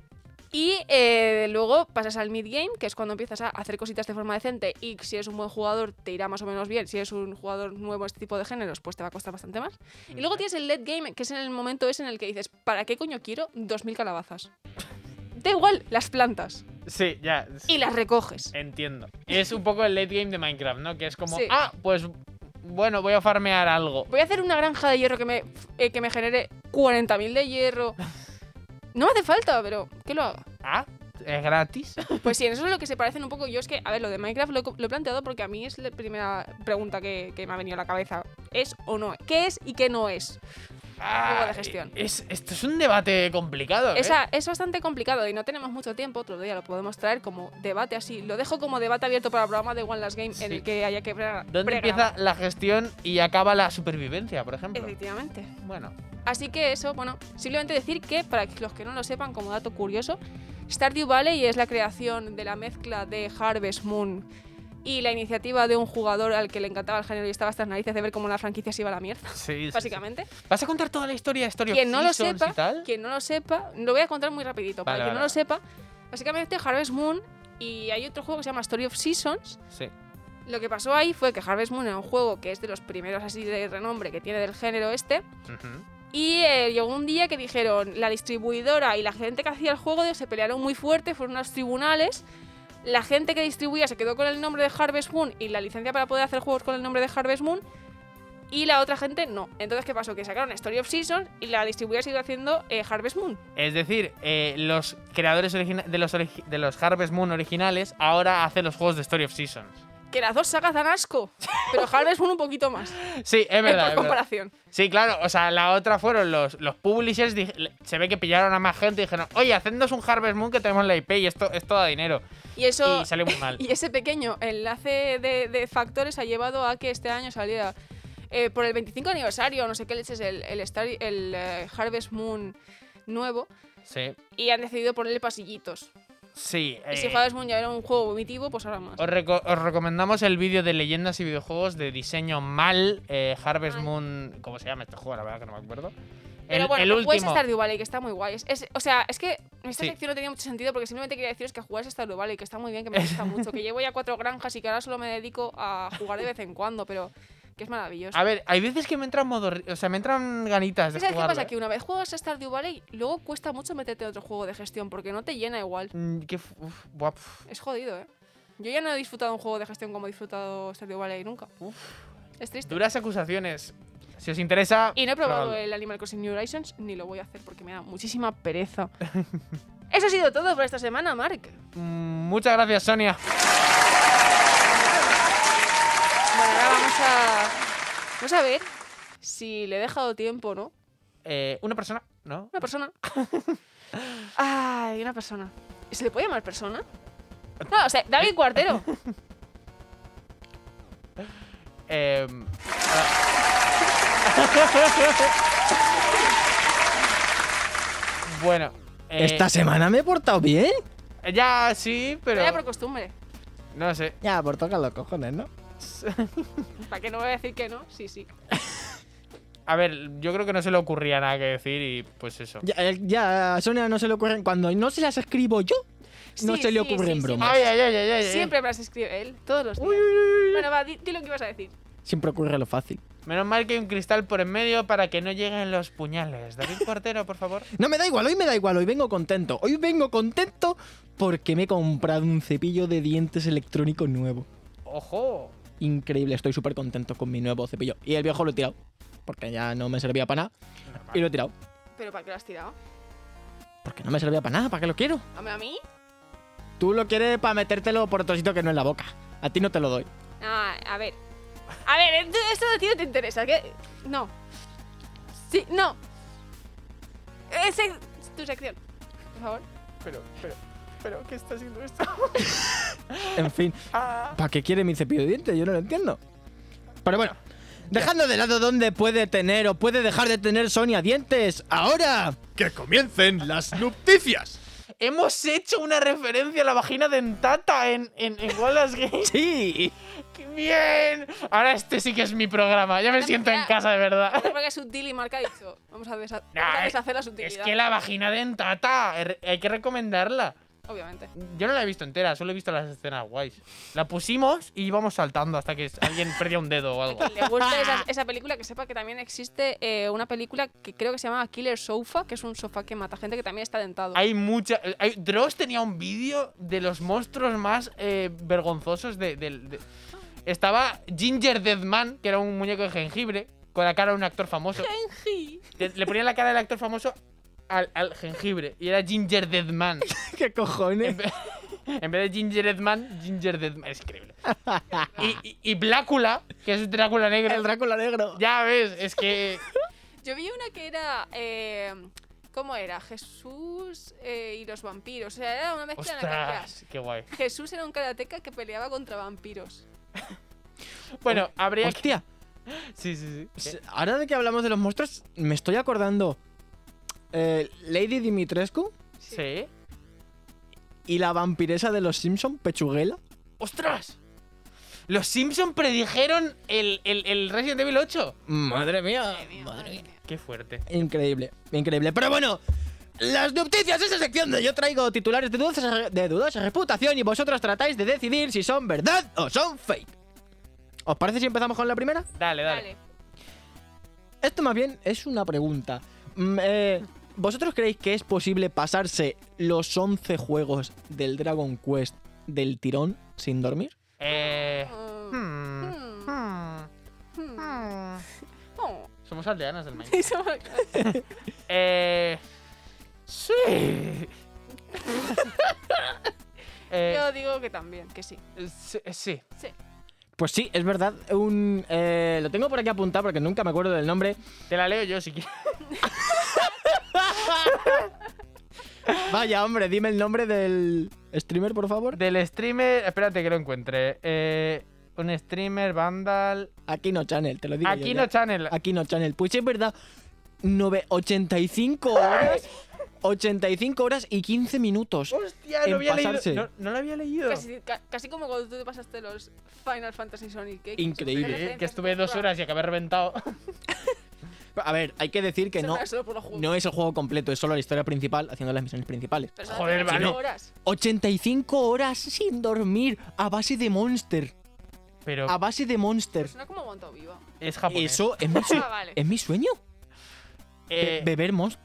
[SPEAKER 2] Y eh, luego pasas al mid-game, que es cuando empiezas a hacer cositas de forma decente y si eres un buen jugador te irá más o menos bien. Si eres un jugador nuevo en este tipo de géneros, pues te va a costar bastante más. Y luego tienes el late game, que es en el momento ese en el que dices, ¿para qué coño quiero 2.000 calabazas? Da igual, las plantas.
[SPEAKER 3] Sí, ya.
[SPEAKER 2] Y las recoges.
[SPEAKER 3] Entiendo. Es un poco el late game de Minecraft, ¿no? Que es como,
[SPEAKER 2] Sí.
[SPEAKER 3] ah, pues bueno, voy a farmear algo.
[SPEAKER 2] Voy a hacer una granja de hierro que me, eh, que me genere 40.000 de hierro. No me hace falta, pero que lo haga.
[SPEAKER 3] Ah, es gratis.
[SPEAKER 2] [LAUGHS] Pues sí, en eso es lo que se parecen un poco. Yo es que, a ver, lo de Minecraft lo, he co- lo he planteado porque a mí es la primera pregunta que, que me ha venido a la cabeza. ¿Es o no? ¿Qué es y qué no es? Juego de
[SPEAKER 3] Ah,
[SPEAKER 2] gestión.
[SPEAKER 3] Es, esto es un debate complicado. ¿eh?
[SPEAKER 2] Esa- es bastante complicado y no tenemos mucho tiempo. Otro día lo podemos traer como debate así. Lo dejo como debate abierto para el programa de One Last Game en
[SPEAKER 3] Sí.
[SPEAKER 2] el que haya que... pre-
[SPEAKER 3] ¿Dónde
[SPEAKER 2] pregrabar.
[SPEAKER 3] empieza la gestión y acaba la supervivencia, por ejemplo?
[SPEAKER 2] Efectivamente. [LAUGHS]
[SPEAKER 3] Bueno,
[SPEAKER 2] Así que eso, bueno, simplemente decir que, para los que no lo sepan, como dato curioso, Stardew Valley es la creación de la mezcla de Harvest Moon y la iniciativa de un jugador al que le encantaba el género y estaba hasta las narices de ver cómo la franquicia se iba a la mierda,
[SPEAKER 3] sí, sí,
[SPEAKER 2] básicamente.
[SPEAKER 3] sí. ¿Vas a contar toda la historia de Story of
[SPEAKER 2] Quien no lo
[SPEAKER 3] Seasons
[SPEAKER 2] sepa,
[SPEAKER 3] y tal?
[SPEAKER 2] Quien no lo sepa, lo voy a contar muy rapidito, para
[SPEAKER 3] Vale,
[SPEAKER 2] quien
[SPEAKER 3] vale,
[SPEAKER 2] no lo sepa,
[SPEAKER 3] vale.
[SPEAKER 2] básicamente Harvest Moon y hay otro juego que se llama Story of Seasons,
[SPEAKER 3] Sí.
[SPEAKER 2] lo que pasó ahí fue que Harvest Moon era un juego que es de los primeros así de renombre que tiene del género este.
[SPEAKER 3] Ujú.
[SPEAKER 2] Y eh, llegó un día que dijeron, la distribuidora y la gente que hacía el juego se pelearon muy fuerte, fueron a los tribunales. La gente que distribuía se quedó con el nombre de Harvest Moon y la licencia para poder hacer juegos con el nombre de Harvest Moon. Y la otra gente no. Entonces, ¿qué pasó? Que sacaron Story of Seasons y la distribuidora siguió haciendo eh, Harvest Moon.
[SPEAKER 3] Es decir, eh, los creadores origina- de, los origi- de los Harvest Moon originales ahora hacen los juegos de Story of Seasons.
[SPEAKER 2] Que las dos sagas dan
[SPEAKER 3] [LAUGHS]
[SPEAKER 2] asco, pero Harvest Moon un poquito más.
[SPEAKER 3] Sí,
[SPEAKER 2] [LAUGHS] en
[SPEAKER 3] es verdad. es verdad.
[SPEAKER 2] comparación.
[SPEAKER 3] Sí, claro, o sea, la otra fueron los, los publishers, dij- le- se ve que pillaron a más gente y dijeron, oye, hacednos un Harvest Moon que tenemos la IP y esto, esto da dinero.
[SPEAKER 2] Y eso...
[SPEAKER 3] y salió muy mal.
[SPEAKER 2] [LAUGHS] Y ese pequeño enlace de, de factores ha llevado a que este año saliera eh, por el 25 aniversario, no sé qué leches, el, el, Star- el eh, Harvest Moon nuevo.
[SPEAKER 3] sí,
[SPEAKER 2] Y han decidido ponerle pasillitos.
[SPEAKER 3] Sí.
[SPEAKER 2] Y si
[SPEAKER 3] eh,
[SPEAKER 2] Hades Moon ya era un juego vomitivo, pues ahora más.
[SPEAKER 3] os, reco- os recomendamos el vídeo de leyendas y videojuegos de diseño mal, eh, Harvest
[SPEAKER 2] Mal.
[SPEAKER 3] Moon. ¿Cómo se llama este juego? La verdad que no me acuerdo.
[SPEAKER 2] Pero bueno,
[SPEAKER 3] el,
[SPEAKER 2] pues
[SPEAKER 3] el
[SPEAKER 2] que jugáis
[SPEAKER 3] último.
[SPEAKER 2] a Stardew Valley, que está muy guay. Es- es- o sea, es que esta
[SPEAKER 3] Sí.
[SPEAKER 2] sección no tenía mucho sentido porque simplemente quería deciros que jugáis a Stardew Valley, que está muy bien, que me
[SPEAKER 3] [LAUGHS]
[SPEAKER 2] gusta mucho, que llevo ya cuatro granjas y que ahora solo me dedico a jugar de vez en cuando, pero que es maravilloso.
[SPEAKER 3] A ver, hay veces que me entran modo. O sea, me entran ganitas de
[SPEAKER 2] ¿Sabes qué
[SPEAKER 3] jugarlo,
[SPEAKER 2] pasa?
[SPEAKER 3] eh.
[SPEAKER 2] Que una vez juegas a Stardew Valley, luego cuesta mucho meterte a otro juego de gestión porque no te llena igual.
[SPEAKER 3] Mm, qué f- uf, buah, pf.
[SPEAKER 2] Es jodido, ¿eh? Yo ya no he disfrutado un juego de gestión como he disfrutado Stardew Valley nunca. Es triste.
[SPEAKER 3] Duras acusaciones. Si os interesa.
[SPEAKER 2] Este. Y no he probado
[SPEAKER 3] probadlo.
[SPEAKER 2] el Animal Crossing New Horizons ni lo voy a hacer porque me da muchísima pereza. [LAUGHS] Eso ha sido todo por esta semana, Mark.
[SPEAKER 3] Mm, Muchas gracias, Sonia.
[SPEAKER 2] Bueno, ahora vamos a. Vamos a ver si le he dejado tiempo o no.
[SPEAKER 3] Eh, una persona, ¿no?
[SPEAKER 2] Una
[SPEAKER 3] [LAUGHS]
[SPEAKER 2] persona. Ay, una persona. ¿Se le puede llamar persona? No, o sea, David Cuartero.
[SPEAKER 3] Eh, ah. bueno. eh,
[SPEAKER 5] ¿Esta semana me he portado bien?
[SPEAKER 3] Ya, sí, [LAUGHS] pero.
[SPEAKER 2] Pero ya por costumbre.
[SPEAKER 3] No sé.
[SPEAKER 5] Ya, por tocar los cojones, ¿no?
[SPEAKER 2] Para que no voy a decir que no, sí, sí.
[SPEAKER 3] A ver, yo creo que no se le ocurría nada que decir y pues eso.
[SPEAKER 5] Ya, eh, ya, a Sonia no se le ocurren. Cuando no se las escribo yo, no
[SPEAKER 2] Sí,
[SPEAKER 5] se le
[SPEAKER 2] sí, sí,
[SPEAKER 5] ocurren
[SPEAKER 2] sí.
[SPEAKER 5] bromas.
[SPEAKER 3] Ay, ay, ay, ay, ay, ay.
[SPEAKER 2] Siempre me las escribe él, todos los días. Bueno, va, di, di lo que ibas a decir.
[SPEAKER 5] Siempre ocurre lo fácil.
[SPEAKER 3] Menos mal que hay un cristal por en medio para que no lleguen los puñales. David Cuartero, por [LAUGHS] favor.
[SPEAKER 5] No me da igual, hoy me da igual, hoy vengo contento. Hoy vengo contento porque me he comprado un cepillo de dientes electrónico nuevo.
[SPEAKER 3] ¡Ojo!
[SPEAKER 5] Increíble, estoy súper contento con mi nuevo cepillo. Y el viejo lo he tirado. Porque ya no me servía para nada. Y lo he tirado.
[SPEAKER 2] ¿Pero para qué lo has tirado?
[SPEAKER 5] Porque no me servía para nada, ¿para qué lo quiero?
[SPEAKER 2] ¿A mí? a mí?
[SPEAKER 5] Tú lo quieres para metértelo por otro sitio que no es la boca. A ti no te lo doy.
[SPEAKER 2] Ah, a ver. A ver, ent- esto de ti no te interesa. ¿qué? No. Sí, no. Eh, sec- tu sección, por favor.
[SPEAKER 3] Pero, pero, pero, ¿qué está haciendo esto? [LAUGHS] Ah.
[SPEAKER 5] En fin, ¿para qué quiere mi cepillo de dientes? Yo no lo entiendo. Pero bueno, dejando de lado dónde puede tener o puede dejar de tener Sonia dientes, ahora.
[SPEAKER 6] ¡Que comiencen las nupticias!
[SPEAKER 3] Hemos hecho una referencia a la vagina dentata en, en, en Wallace Game.
[SPEAKER 5] Sí.
[SPEAKER 3] ¡Qué bien! Ahora este sí que es mi programa. Ya me siento en casa, de verdad.
[SPEAKER 2] Yo creo que Pues es sutil y marca ha dicho. Vamos a, desha-
[SPEAKER 3] Nah,
[SPEAKER 2] vamos a
[SPEAKER 3] es-
[SPEAKER 2] deshacer la
[SPEAKER 3] Es
[SPEAKER 2] sutilidad.
[SPEAKER 3] que la vagina dentata, er- hay que recomendarla.
[SPEAKER 2] Obviamente.
[SPEAKER 3] Yo no la he visto entera, solo he visto las escenas guays. La pusimos y íbamos saltando hasta que alguien perdía un dedo o
[SPEAKER 2] A
[SPEAKER 3] algo.
[SPEAKER 2] quien le guste esa, esa película, que sepa que también existe eh, una película que creo que se llama Killer Sofa, que es un sofá que mata gente que también está dentado.
[SPEAKER 3] Hay mucha. Hay, Dross tenía un vídeo de los monstruos más eh, vergonzosos de, del- de- Estaba Ginger Deadman, que era un muñeco de jengibre, con la cara de un actor famoso.
[SPEAKER 2] Genji.
[SPEAKER 3] Le, le ponían la cara del actor famoso al, al jengibre y era Ginger Deadman.
[SPEAKER 5] [LAUGHS] ¿Qué cojones?
[SPEAKER 3] En vez, en vez de Ginger Deadman, Ginger Deadman. Es increíble. Y, y, y Blácula, que es un Drácula negro.
[SPEAKER 5] El Drácula negro.
[SPEAKER 3] ya ves, es que.
[SPEAKER 2] Yo vi una que era. eh, ¿Cómo era? Jesús eh, y los vampiros. O sea, era una mezcla de la cara.
[SPEAKER 3] ¡Ostras! ¡Qué guay!
[SPEAKER 2] Jesús era un karateca que peleaba contra vampiros.
[SPEAKER 3] Bueno, habría que.
[SPEAKER 5] Hostia,
[SPEAKER 3] Sí, sí, sí.
[SPEAKER 5] s- ahora de que hablamos de los monstruos, me estoy acordando. eh, Lady Dimitrescu
[SPEAKER 3] Sí.
[SPEAKER 5] y la vampiresa de los Simpson, Pechuguela.
[SPEAKER 3] ¡Ostras! Los Simpson predijeron el, el- el Resident Evil 8.
[SPEAKER 5] Madre mía.
[SPEAKER 3] Qué fuerte.
[SPEAKER 5] Increíble, increíble. Pero bueno, las noticias, esa sección donde yo traigo titulares de dudosa, de dudosa reputación y vosotros tratáis de decidir si son verdad o son fake. ¿Os parece si empezamos con la primera?
[SPEAKER 3] Dale, dale.
[SPEAKER 2] Vale.
[SPEAKER 5] Esto más bien es una pregunta. Mm, eh, ¿Vosotros creéis que es posible pasarse los 11 juegos del Dragon Quest del tirón sin dormir?
[SPEAKER 3] Eh.
[SPEAKER 2] Mm,
[SPEAKER 3] hmm,
[SPEAKER 2] mm,
[SPEAKER 3] hmm,
[SPEAKER 2] mm.
[SPEAKER 3] hmm.
[SPEAKER 2] Oh. [LAUGHS]
[SPEAKER 3] Somos aldeanos del maíz.
[SPEAKER 2] Eso-
[SPEAKER 3] Eh. Sí. eh,
[SPEAKER 2] Yo digo que también, que sí.
[SPEAKER 3] sí, eh, sí.
[SPEAKER 5] Pues sí, es verdad. Un, eh, lo tengo por aquí apuntado porque nunca me acuerdo del nombre.
[SPEAKER 3] Te la leo yo si quieres. [LAUGHS]
[SPEAKER 5] Vaya, hombre, dime el nombre del streamer, por favor.
[SPEAKER 3] Del streamer. Espérate que lo encuentre. Eh, un streamer, Vandal.
[SPEAKER 5] Aquino Channel, te lo digo. yo
[SPEAKER 3] Aquí
[SPEAKER 5] ya.
[SPEAKER 3] no Channel.
[SPEAKER 5] [LAUGHS] Aquino Channel. Pues es verdad. nove- 85 horas 85 horas y 15 minutos.
[SPEAKER 3] Hostia,
[SPEAKER 5] En
[SPEAKER 3] no había
[SPEAKER 5] pasarse.
[SPEAKER 3] leído. No, no lo había leído.
[SPEAKER 2] Casi, ca- casi como cuando tú te pasaste los Final Fantasy Sonic. ¿eh?
[SPEAKER 5] Increíble.
[SPEAKER 2] Referencias
[SPEAKER 3] Sí, que
[SPEAKER 2] a
[SPEAKER 3] estuve
[SPEAKER 2] otros
[SPEAKER 3] dos horas y acabé reventado. [LAUGHS]
[SPEAKER 5] A ver, hay que decir que
[SPEAKER 2] programas.
[SPEAKER 5] no,
[SPEAKER 2] Eso solo por los juegos.
[SPEAKER 5] no es el juego completo, es solo la historia principal haciendo las misiones principales.
[SPEAKER 2] Pero son
[SPEAKER 3] Joder,
[SPEAKER 2] 85
[SPEAKER 3] vale.
[SPEAKER 2] horas.
[SPEAKER 5] 85 horas sin dormir a base de Monster.
[SPEAKER 3] Pero Em.
[SPEAKER 5] A base de Monster.
[SPEAKER 2] Suena como Monto Vivo.
[SPEAKER 3] es japonés.
[SPEAKER 5] Ah, Eso es mi, sue- [LAUGHS]
[SPEAKER 2] Ah, vale.
[SPEAKER 5] es mi sueño. Be-
[SPEAKER 3] Eh,
[SPEAKER 5] beber mos-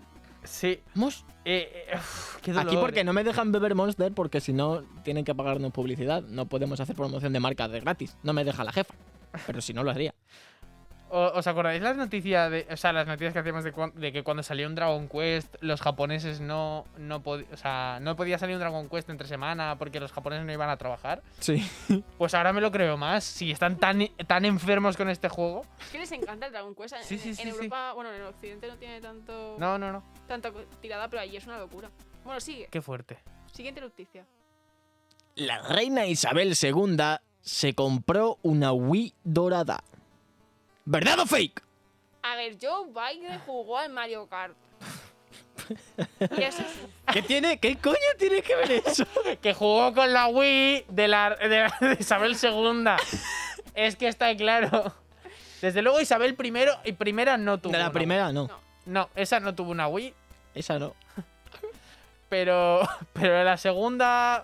[SPEAKER 3] sí.
[SPEAKER 5] mos-
[SPEAKER 3] Eh, eh, uf, qué dolor.
[SPEAKER 5] Aquí porque no me dejan beber Monster porque si no tienen que pagarnos publicidad. No podemos hacer promoción de marca de gratis. No me deja la jefa. Pero si no lo haría.
[SPEAKER 3] O- ¿Os acordáis las noticias de, o sea, las noticias que hacíamos de, cuan- de que cuando salió un Dragon Quest los japoneses no no pod- o sea, no podía salir un Dragon Quest entre semana porque los japoneses no iban a trabajar?
[SPEAKER 5] [LAUGHS] Sí.
[SPEAKER 3] Pues ahora me lo creo más, si están tan tan enfermos con este juego.
[SPEAKER 2] Es que les encanta el Dragon Quest. En-
[SPEAKER 3] Sí, sí,
[SPEAKER 2] en
[SPEAKER 3] sí, sí.
[SPEAKER 2] Europa, bueno, en el occidente no tiene tanto,
[SPEAKER 3] No, no, no.
[SPEAKER 2] tanta co- tirada, pero allí es una locura. Bueno, sigue.
[SPEAKER 3] Qué fuerte.
[SPEAKER 2] Siguiente noticia.
[SPEAKER 5] La reina Isabel II se compró una Wii dorada. ¿Verdad o fake?
[SPEAKER 2] A ver, Joe Biden jugó al Mario Kart. y eso
[SPEAKER 3] [LAUGHS]
[SPEAKER 2] es
[SPEAKER 5] ¿Qué tiene? ¿Qué coño tiene que ver eso?
[SPEAKER 3] Que jugó con la Wii de la de, la- de Isabel II. es que está claro. Desde luego Isabel primero y primera no tuvo.
[SPEAKER 5] [LAUGHS] De la
[SPEAKER 3] una
[SPEAKER 5] primera no.
[SPEAKER 2] No.
[SPEAKER 3] Wii. No, esa no tuvo una Wii.
[SPEAKER 5] Esa no.
[SPEAKER 3] Pero, [LAUGHS] pero la segunda.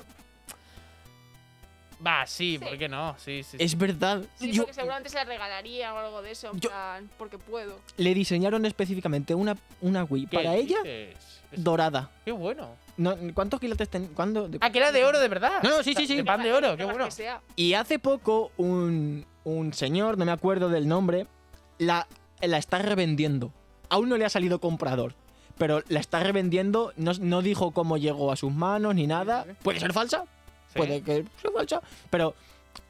[SPEAKER 3] Va, sí,
[SPEAKER 2] Sí.
[SPEAKER 3] ¿por qué no? Sí, sí. sí.
[SPEAKER 5] Es verdad.
[SPEAKER 2] Sí,
[SPEAKER 5] Yo-
[SPEAKER 2] porque seguramente se la regalaría o algo de eso, en
[SPEAKER 5] Yo-
[SPEAKER 2] plan, porque puedo.
[SPEAKER 5] le diseñaron específicamente una, una Wii
[SPEAKER 3] ¿Qué
[SPEAKER 5] para ella
[SPEAKER 3] dices? Es-
[SPEAKER 5] dorada.
[SPEAKER 3] Qué bueno.
[SPEAKER 5] No, ¿Cuántos kilates ten, cuándo- de-
[SPEAKER 3] Ah, que era de oro de verdad.
[SPEAKER 5] No, no, sí, sí, sí.
[SPEAKER 3] De pan de oro, qué bueno.
[SPEAKER 2] Que sea.
[SPEAKER 5] Y hace poco un, un señor, no me acuerdo del nombre, la, la está revendiendo. Aún no le ha salido comprador. Pero la está revendiendo, no, no dijo cómo llegó a sus manos ni nada. Puede ser falsa,
[SPEAKER 3] Sí.
[SPEAKER 5] puede que sea falsa. Pero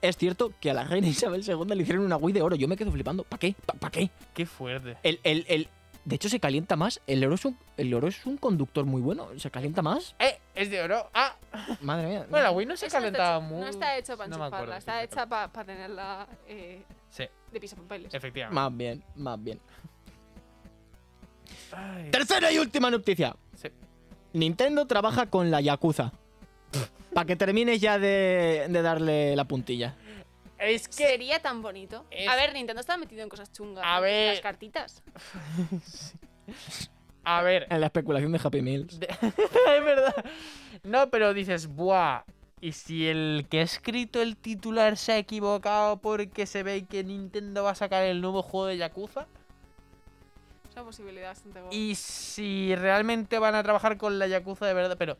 [SPEAKER 5] es cierto que a la reina Isabel II le hicieron una Wii de oro. Yo me quedo flipando. ¿Para qué? ¿Para qué?
[SPEAKER 3] Qué fuerte.
[SPEAKER 5] El, el- el- de hecho, se calienta más. El oro, es un, el oro es un conductor muy bueno. Se calienta más.
[SPEAKER 3] Eh, es de oro. Ah,
[SPEAKER 5] Madre mía.
[SPEAKER 3] bueno, la Wii no se
[SPEAKER 2] Eso no está
[SPEAKER 3] calentaba
[SPEAKER 2] hecho-
[SPEAKER 3] mucho.
[SPEAKER 2] No está hecho para
[SPEAKER 3] No me
[SPEAKER 2] enchufarla,
[SPEAKER 3] acuerdo,
[SPEAKER 2] está
[SPEAKER 3] sí,
[SPEAKER 2] hecha para tenerla eh,
[SPEAKER 3] Sí,
[SPEAKER 2] de pisapapeles.
[SPEAKER 3] efectivamente.
[SPEAKER 5] Más bien, más bien.
[SPEAKER 3] Ay,
[SPEAKER 5] Tercera y última noticia.
[SPEAKER 3] sí.
[SPEAKER 5] Nintendo trabaja con la Yakuza. Para que termines ya de, de darle la puntilla.
[SPEAKER 3] Es que.
[SPEAKER 2] Sería tan bonito.
[SPEAKER 3] Es-
[SPEAKER 2] A ver, Nintendo está metido en cosas chungas.
[SPEAKER 3] A
[SPEAKER 2] ¿no?
[SPEAKER 3] ver.
[SPEAKER 2] Las cartitas.
[SPEAKER 3] A ver, [LAUGHS]
[SPEAKER 5] En la especulación de Happy Meals.
[SPEAKER 3] es verdad. No, pero dices, buah. ¿Y si el que ha escrito el titular se ha equivocado porque se ve que Nintendo va a sacar el nuevo juego de Yakuza?
[SPEAKER 2] Es una posibilidad bastante buena.
[SPEAKER 3] Y si realmente van a trabajar con la Yakuza de verdad, pero.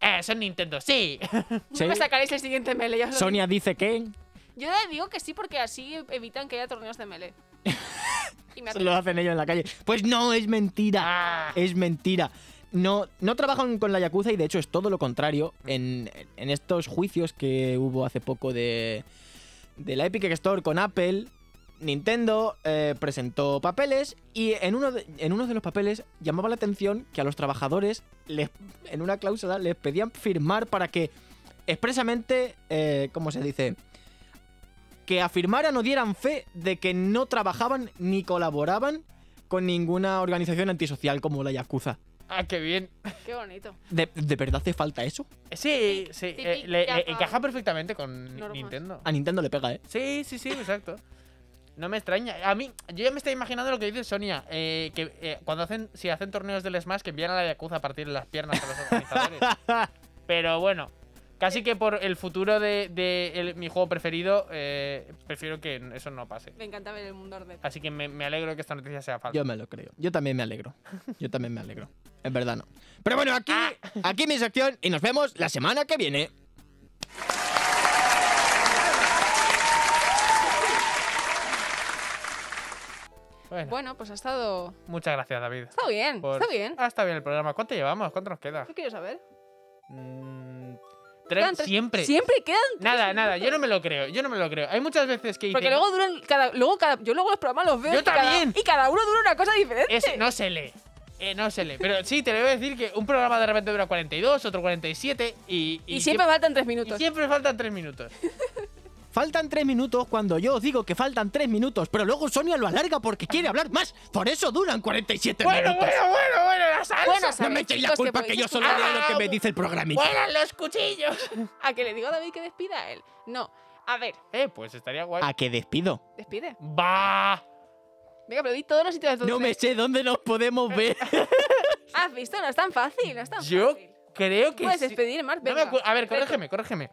[SPEAKER 3] ¡Eh, son Nintendo! ¡Sí!
[SPEAKER 2] [LAUGHS]
[SPEAKER 5] Sí.
[SPEAKER 2] No me sacaréis el siguiente melee. ya os lo
[SPEAKER 5] Sonia dice que
[SPEAKER 2] digo. Yo le digo que sí porque así evitan que haya torneos de
[SPEAKER 3] [LAUGHS]
[SPEAKER 2] melee. y me Ah.
[SPEAKER 5] se lo hacen ellos en la calle. Pues no, es mentira. Es mentira. No, no trabajan con la Yakuza y de hecho es todo lo contrario.
[SPEAKER 2] Mm.
[SPEAKER 5] En, en estos juicios que hubo hace poco de, de la Epic Store con Apple, Nintendo eh, presentó papeles y en uno, de, en uno de los papeles llamaba la atención que a los trabajadores les, en una cláusula les pedían firmar para que expresamente, eh, ¿cómo se dice? Que afirmaran o dieran fe de que no trabajaban ni colaboraban con ninguna organización antisocial como la Yakuza.
[SPEAKER 3] ¡Ah, qué bien!
[SPEAKER 2] Qué bonito.
[SPEAKER 5] ¿De, de verdad hace falta eso?
[SPEAKER 3] Sí,
[SPEAKER 2] Tic,
[SPEAKER 3] sí.
[SPEAKER 2] tic,
[SPEAKER 3] eh,
[SPEAKER 2] tic,
[SPEAKER 3] le,
[SPEAKER 2] ya
[SPEAKER 3] le
[SPEAKER 2] está.
[SPEAKER 3] encaja perfectamente con
[SPEAKER 2] Normas.
[SPEAKER 3] Nintendo.
[SPEAKER 5] A Nintendo le pega, ¿eh?
[SPEAKER 3] Sí, sí, sí, exacto. No me extraña. A mí, yo ya me estoy imaginando lo que dice Sonia. eh, que eh, cuando hacen, si hacen torneos del Smash, que envían a la Yakuza a partir de las piernas a los organizadores. Pero bueno, casi que por el futuro de, de el- mi juego preferido, eh, prefiero que eso no pase.
[SPEAKER 2] Me encanta ver el mundo arder.
[SPEAKER 3] Así que me, me alegro que esta noticia sea falsa.
[SPEAKER 5] Yo me lo creo. Yo también me alegro. Yo también me alegro. En verdad no. Pero bueno, aquí,
[SPEAKER 3] Ah.
[SPEAKER 5] aquí mi sección y nos vemos la semana que viene.
[SPEAKER 3] Bueno,
[SPEAKER 2] Bueno, pues ha estado.
[SPEAKER 3] muchas gracias, David.
[SPEAKER 2] Está bien,
[SPEAKER 3] por-
[SPEAKER 2] está bien.
[SPEAKER 3] Ah, está bien el programa. ¿Cuánto llevamos? ¿Cuánto nos queda?
[SPEAKER 2] ¿Qué quiero saber?
[SPEAKER 3] Mm,
[SPEAKER 2] Quedan
[SPEAKER 3] tres,
[SPEAKER 2] tres-
[SPEAKER 3] siempre.
[SPEAKER 2] Siempre quedan
[SPEAKER 3] Nada, nada, yo no me lo creo. Yo no me lo creo. Hay muchas veces que.
[SPEAKER 2] Porque
[SPEAKER 3] dicen,
[SPEAKER 2] luego duran cada, luego cada, yo luego los programas los veo
[SPEAKER 3] Yo
[SPEAKER 2] y, cada-
[SPEAKER 3] también.
[SPEAKER 2] y cada uno dura una cosa diferente.
[SPEAKER 3] Es- no se lee. Eh, no se lee. Pero sí, te lo voy a decir que un programa de repente dura 42, otro 47 y.
[SPEAKER 2] y, siempre faltan tres minutos.
[SPEAKER 3] y siempre faltan 3 minutos.
[SPEAKER 5] Faltan tres minutos cuando yo os digo que faltan tres minutos, pero luego Sonia lo alarga porque quiere hablar más. Por eso duran 47
[SPEAKER 3] Bueno,
[SPEAKER 5] minutos.
[SPEAKER 3] bueno, bueno, bueno, la salsa.
[SPEAKER 2] Bueno,
[SPEAKER 5] no me echéis la culpa que yo solo
[SPEAKER 3] escuchar.
[SPEAKER 5] leo lo que me dice el programita.
[SPEAKER 3] ¡Vuelan los cuchillos! [LAUGHS]
[SPEAKER 2] A que le digo a David que despida a él. No. A ver,
[SPEAKER 3] Eh, pues estaría guay.
[SPEAKER 5] ¿A qué despido?
[SPEAKER 2] despide.
[SPEAKER 3] ¡Bah!
[SPEAKER 2] Venga, pero di todos los sitios donde.
[SPEAKER 5] No me sé dónde nos podemos ver.
[SPEAKER 2] ¿Has Ah, visto? No es tan fácil, no es tan
[SPEAKER 3] Yo
[SPEAKER 2] fácil.
[SPEAKER 3] creo que.
[SPEAKER 2] Puedes
[SPEAKER 3] sí.
[SPEAKER 2] despedir, Marc.
[SPEAKER 3] No me
[SPEAKER 2] venga.
[SPEAKER 3] acu- a ver,
[SPEAKER 2] Reto.
[SPEAKER 3] corrégeme, corrégeme.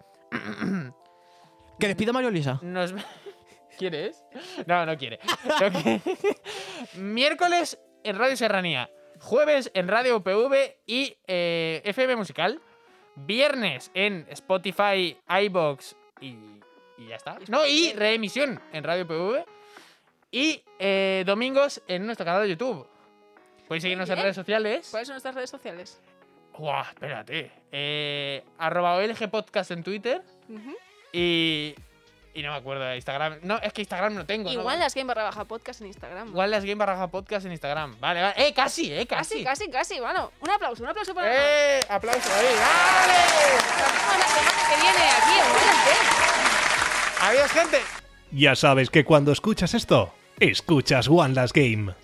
[SPEAKER 5] que despido a Mario Lisa.
[SPEAKER 3] Nos... ¿Quieres? No, no quiere. No quiere. [LAUGHS] Miércoles en Radio Serranía. Jueves en Radio UPV y eh, FM Musical. Viernes en Spotify, iBox y, y ya está. No, y reemisión en Radio UPV. Y eh, domingos en nuestro canal de YouTube. Podéis seguirnos en
[SPEAKER 2] bien. Pues
[SPEAKER 3] redes sociales.
[SPEAKER 2] ¿Cuáles son nuestras redes sociales?
[SPEAKER 3] Guau, espérate. Eh, arroba OLG Podcast en Twitter.
[SPEAKER 2] Ujú.
[SPEAKER 3] Y. Y no me acuerdo de Instagram. No, es que Instagram no tengo. ¿no?
[SPEAKER 2] Igual las Game barra baja podcast en Instagram.
[SPEAKER 3] Igual las Game barra Podcast en Instagram. Vale, vale. ¡Eh, casi, eh, casi!
[SPEAKER 2] Casi, casi, casi. Bueno, un aplauso, un aplauso para Marc.
[SPEAKER 3] ¡Eh! ¡Aplauso ahí! ¡Vale!
[SPEAKER 2] Nos vemos la semana que viene aquí en Wallapop.
[SPEAKER 3] ¡Adiós, gente!
[SPEAKER 1] Ya sabes que cuando escuchas esto, escuchas One Last Game.